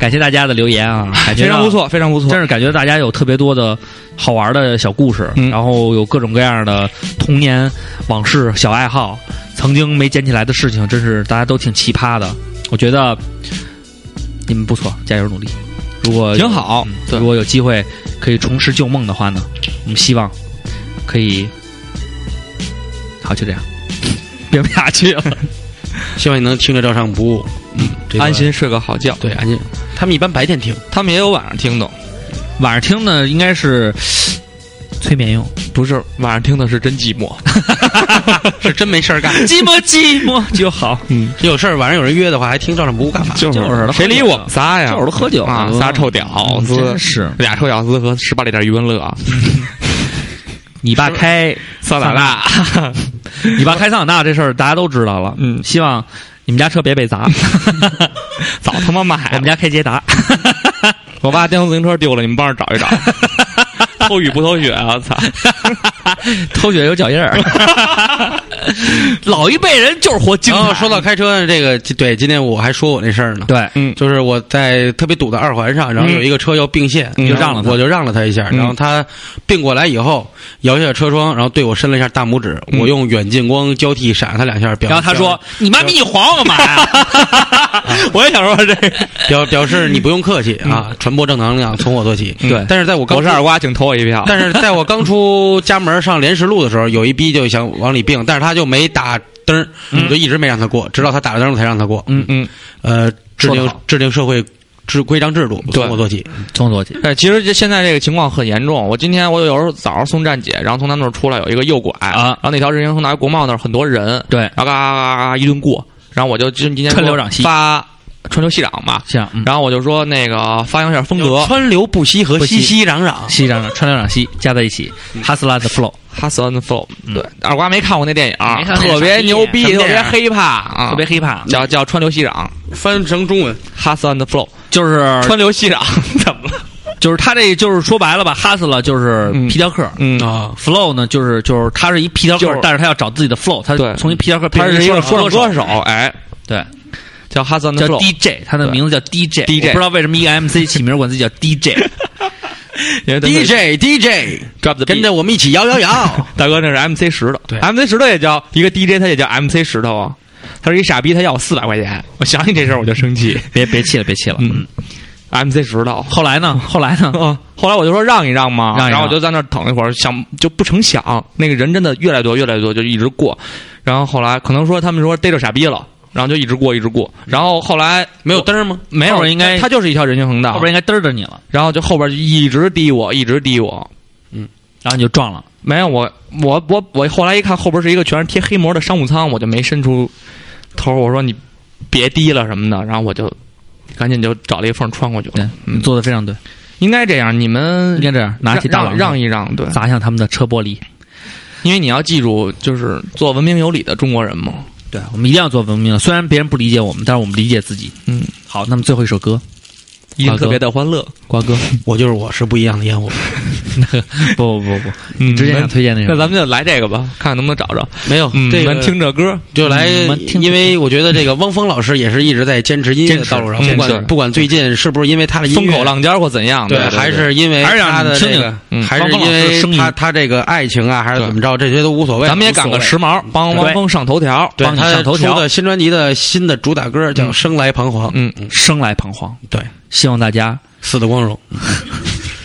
感谢大家的留言啊，感 觉
非
到
常不，错，非常不错
真。是感觉大家有特别多的好玩的小故事，
嗯
然后有各种各样的童年往事、小爱好，曾经没捡起来的事情，真是大家都挺奇葩的。我觉得你们不错，加油努力。如果有
挺好
嗯
对
如果有机会可以重拾旧梦的话呢，我们希望可以。好，就这样， 编不下去了。
希望你能听着照唱不误，嗯，这段
安。心睡个好觉。
对，安心。他们一般白天听，
他们也有晚上听的，
晚上听呢，应该是催眠用。
不是晚上听的是真寂寞。
是真没事儿干。
寂寞寂寞就好，
有事儿晚上有人约的话，还听照唱不误干嘛？
就
就是的
谁理我们仨呀？
这会儿都喝酒
啊，
了
仨臭屌
嗯真
丝，
是
俩臭屌丝和十八里店余文乐啊，
你爸开
桑塔纳，
你爸开桑塔纳这事儿大家都知道了，
嗯
希望你们家车别被 砸，
早他妈买
我们
了。
家开捷 达，
我 爸电动自行车丢了，你们帮着找一找。偷雨不偷雪啊！操，
偷血有脚印 儿，老一辈人就是活精
然后
彩，
哦说到开车这个，对，今天我还说我那事儿呢。
哦对，
嗯
就是我在特别堵的二环上，然后有一个车要并线，
嗯
就让了他我就让了他一下，
嗯
然后他并过来以后，摇下车窗，然后对我伸了一下大拇指，
嗯
我用远近光交替闪了他两下，表
然后他说：“你妈逼你晃我干嘛 呀？”我也想说这个，
表表示你不用客气啊，传播正能量从我做起。
对
但是在我刚
狗是
出
二瓜，请投我一票。
但是在我刚出家门上莲石路的时候，有一逼就想往里并，但是他就没打灯儿，我就一直没让他过，直到他打了灯儿我才让他过。
嗯
嗯，
呃，制
说得
定
好
制定社会制规章制度，
对
从我做起。
从左起，
哎，其实这现在这个情况很严重。我今天我有时候早上送站姐，然后从她那儿出来有一个右拐
啊
然后那条人行横道国贸那儿很多人，
对，
然后嘎嘎嘎嘎嘎一顿过，然后我就今今天
川流长息
发川流熙攘嘛，
像嗯
然后我就说那个发扬一下风格，
川流不息和
不息
熙熙攘攘，
西长川流长西加在一起，哈斯拉的 flow，
哈斯恩 flow，对，二瓜没看过那电影儿
嗯没看，过那
特别
傻逼
牛逼，
什么
特
电影
别
儿
黑怕啊，
特别黑怕，
叫叫川流熙攘，
翻成中文，
哈斯恩 flow，
就是
川流熙攘怎么了？
就是他这就是说白了吧，哈斯了就是
嗯
皮条客，
嗯
啊，
flow 呢，就是就是他是一皮条客，
就是
但是他要找自己的 flow，他
对
从一皮条客变
他
成
是一个
说
说唱
手
歌，手，哎，
对，
叫哈斯恩
叫
flow，
DJ，他的名字叫 DJ，
DJ
我不知道为什么一个 MC 起名管自己叫 DJ，
因为他是
DJ DJ，
drop the beat
跟着我们一起摇摇摇。
大哥那是 MC 石头，
对
，MC 石头也叫一个 DJ，他也叫 MC 石头啊。他是一傻逼，他要我四百块钱，我想起这事儿我就生气。
别别气了，别气了，
嗯， MC 石头。
后来呢？后来呢？
啊！后来我就说让一让嘛，
让一让
然后我就在那儿等一会儿，想就不成想，那个人真的越来越多，越来越多，就一直过。然后后来可能说他们说逮着傻逼了，然后就一直过，一直过。然后后来
没有灯儿吗？
没
后
有，
边应该
他就是一条人行横
后
道
边，应该嘚儿着你了，
然后就后边就一直滴我，一直滴我。
然后你就撞了。
没有我我我我后来一看后边是一个全是贴黑膜的商务舱，我就没伸出头，我说你别滴了什么的，然后我就赶紧就找了一个缝穿过去了。
对，你做的非常对，
应该这样，你们
应该这样，拿起大
嗯让
榔头
让让一让，对，
砸向他们的车玻璃。
因为你要记住，就是做文明有礼的中国人嘛。
对，我们一定要做文明的，虽然别人不理解我们，但是我们理解自己。
嗯，
好，那么最后一首歌，
一
瓜
人
哥
特别的欢乐，
瓜哥，
我 就是我是不一样的烟火。
不不不 不，你之前想推荐那
那
首，
咱们就来这个吧，看看能不能找着。
没有，
嗯，
这
你
个
们听这歌，
就来
嗯蛮，听
因为我觉得这个汪峰老师也是一直在坚持音乐的道路上，
坚持
不
坚
管
持
不管最近是不是因为他的音
风
乐
口浪尖或怎样
对，
的，
还是因为
还是让
他的
你听
这
听
个
嗯，
还
汪
是
峰老
因
师的
为
声音
他他这个爱情啊，还是
对
怎么着，这些都无所谓。
咱们也赶个时髦，帮汪峰上头条。
对
帮你
他
上头
出
条
的新专辑的新的主打歌叫《生来彷徨》，
嗯，
生来彷徨，
对，
希望大家
死的光荣。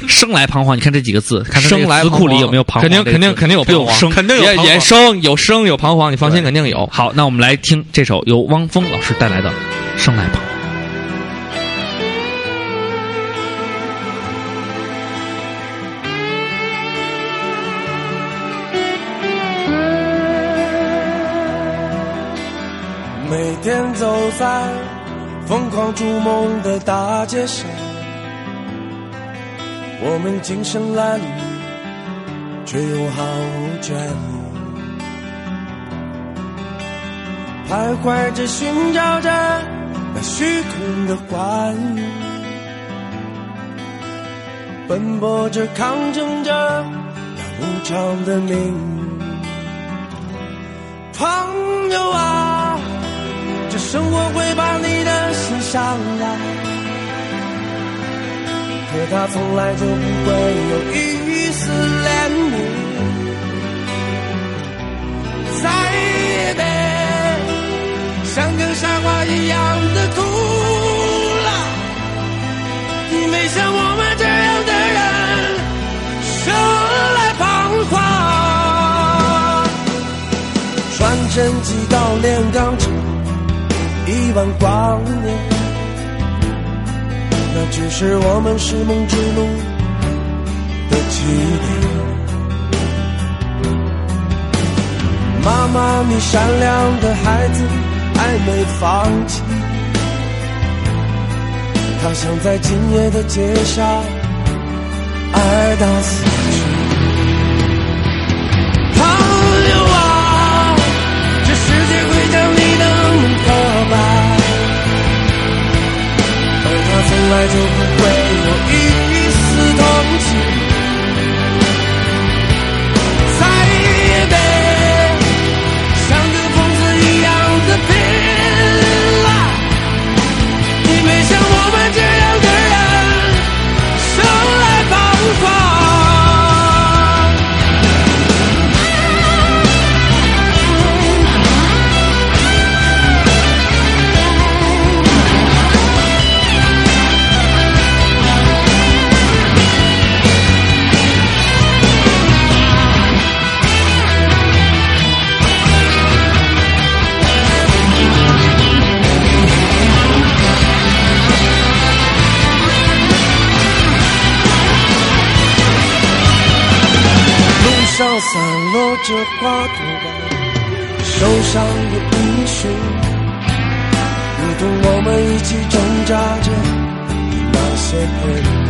生来彷徨。你看这几个字，看它这个
生来
词库里
彷徨
有没有彷徨
肯
这
定
个字？
肯定肯定
有
有彷徨
生，
啊肯定有
彷徨
衍生有生有彷徨，你放心，
对
肯定有。
好，那我们来听这首由汪峰老师带来的《生来彷徨》。
每天走在疯狂逐梦的大街上，我们精神褴褛，却又毫无倦意，徘徊着寻找着那虚空的欢愉，奔波着抗争着那无常的命运，朋友啊。这生活会把你的心伤来，可它从来就不会有一丝怜悯。再也得像根傻瓜一样的哭了，你没像我们这样的人生来彷徨，穿针击到炼钢厂。一万光年，那只是我们是梦之路的起点。妈妈，你善良的孩子，爱没放弃，他想在今夜的街上爱到死去。朋友啊，这世界会将你的梦破败，而它从来就不会有一丝同情。再也得像个疯子一样的拼了，你没像我们这样的人生来彷徨。路上散落着花朵，受伤也不逊，如同我们一起挣扎着那些困难。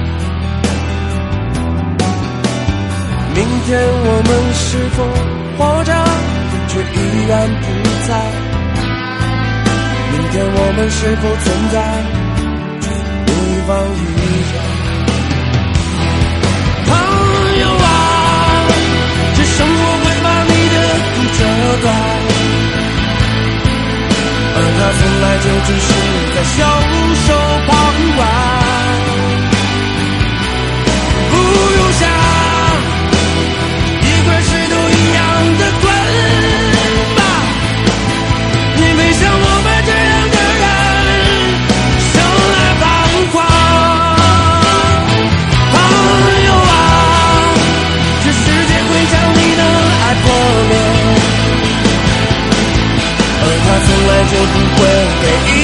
明天我们是否活着，却依然不在？明天我们是否存在，却无法预料。朋友啊，这生活会把你的苦遮盖，而它从来就只是在袖手旁观。不用想，一块石头一样的滚吧，你没像我们这样的人，生来彷徨。啊就不会给。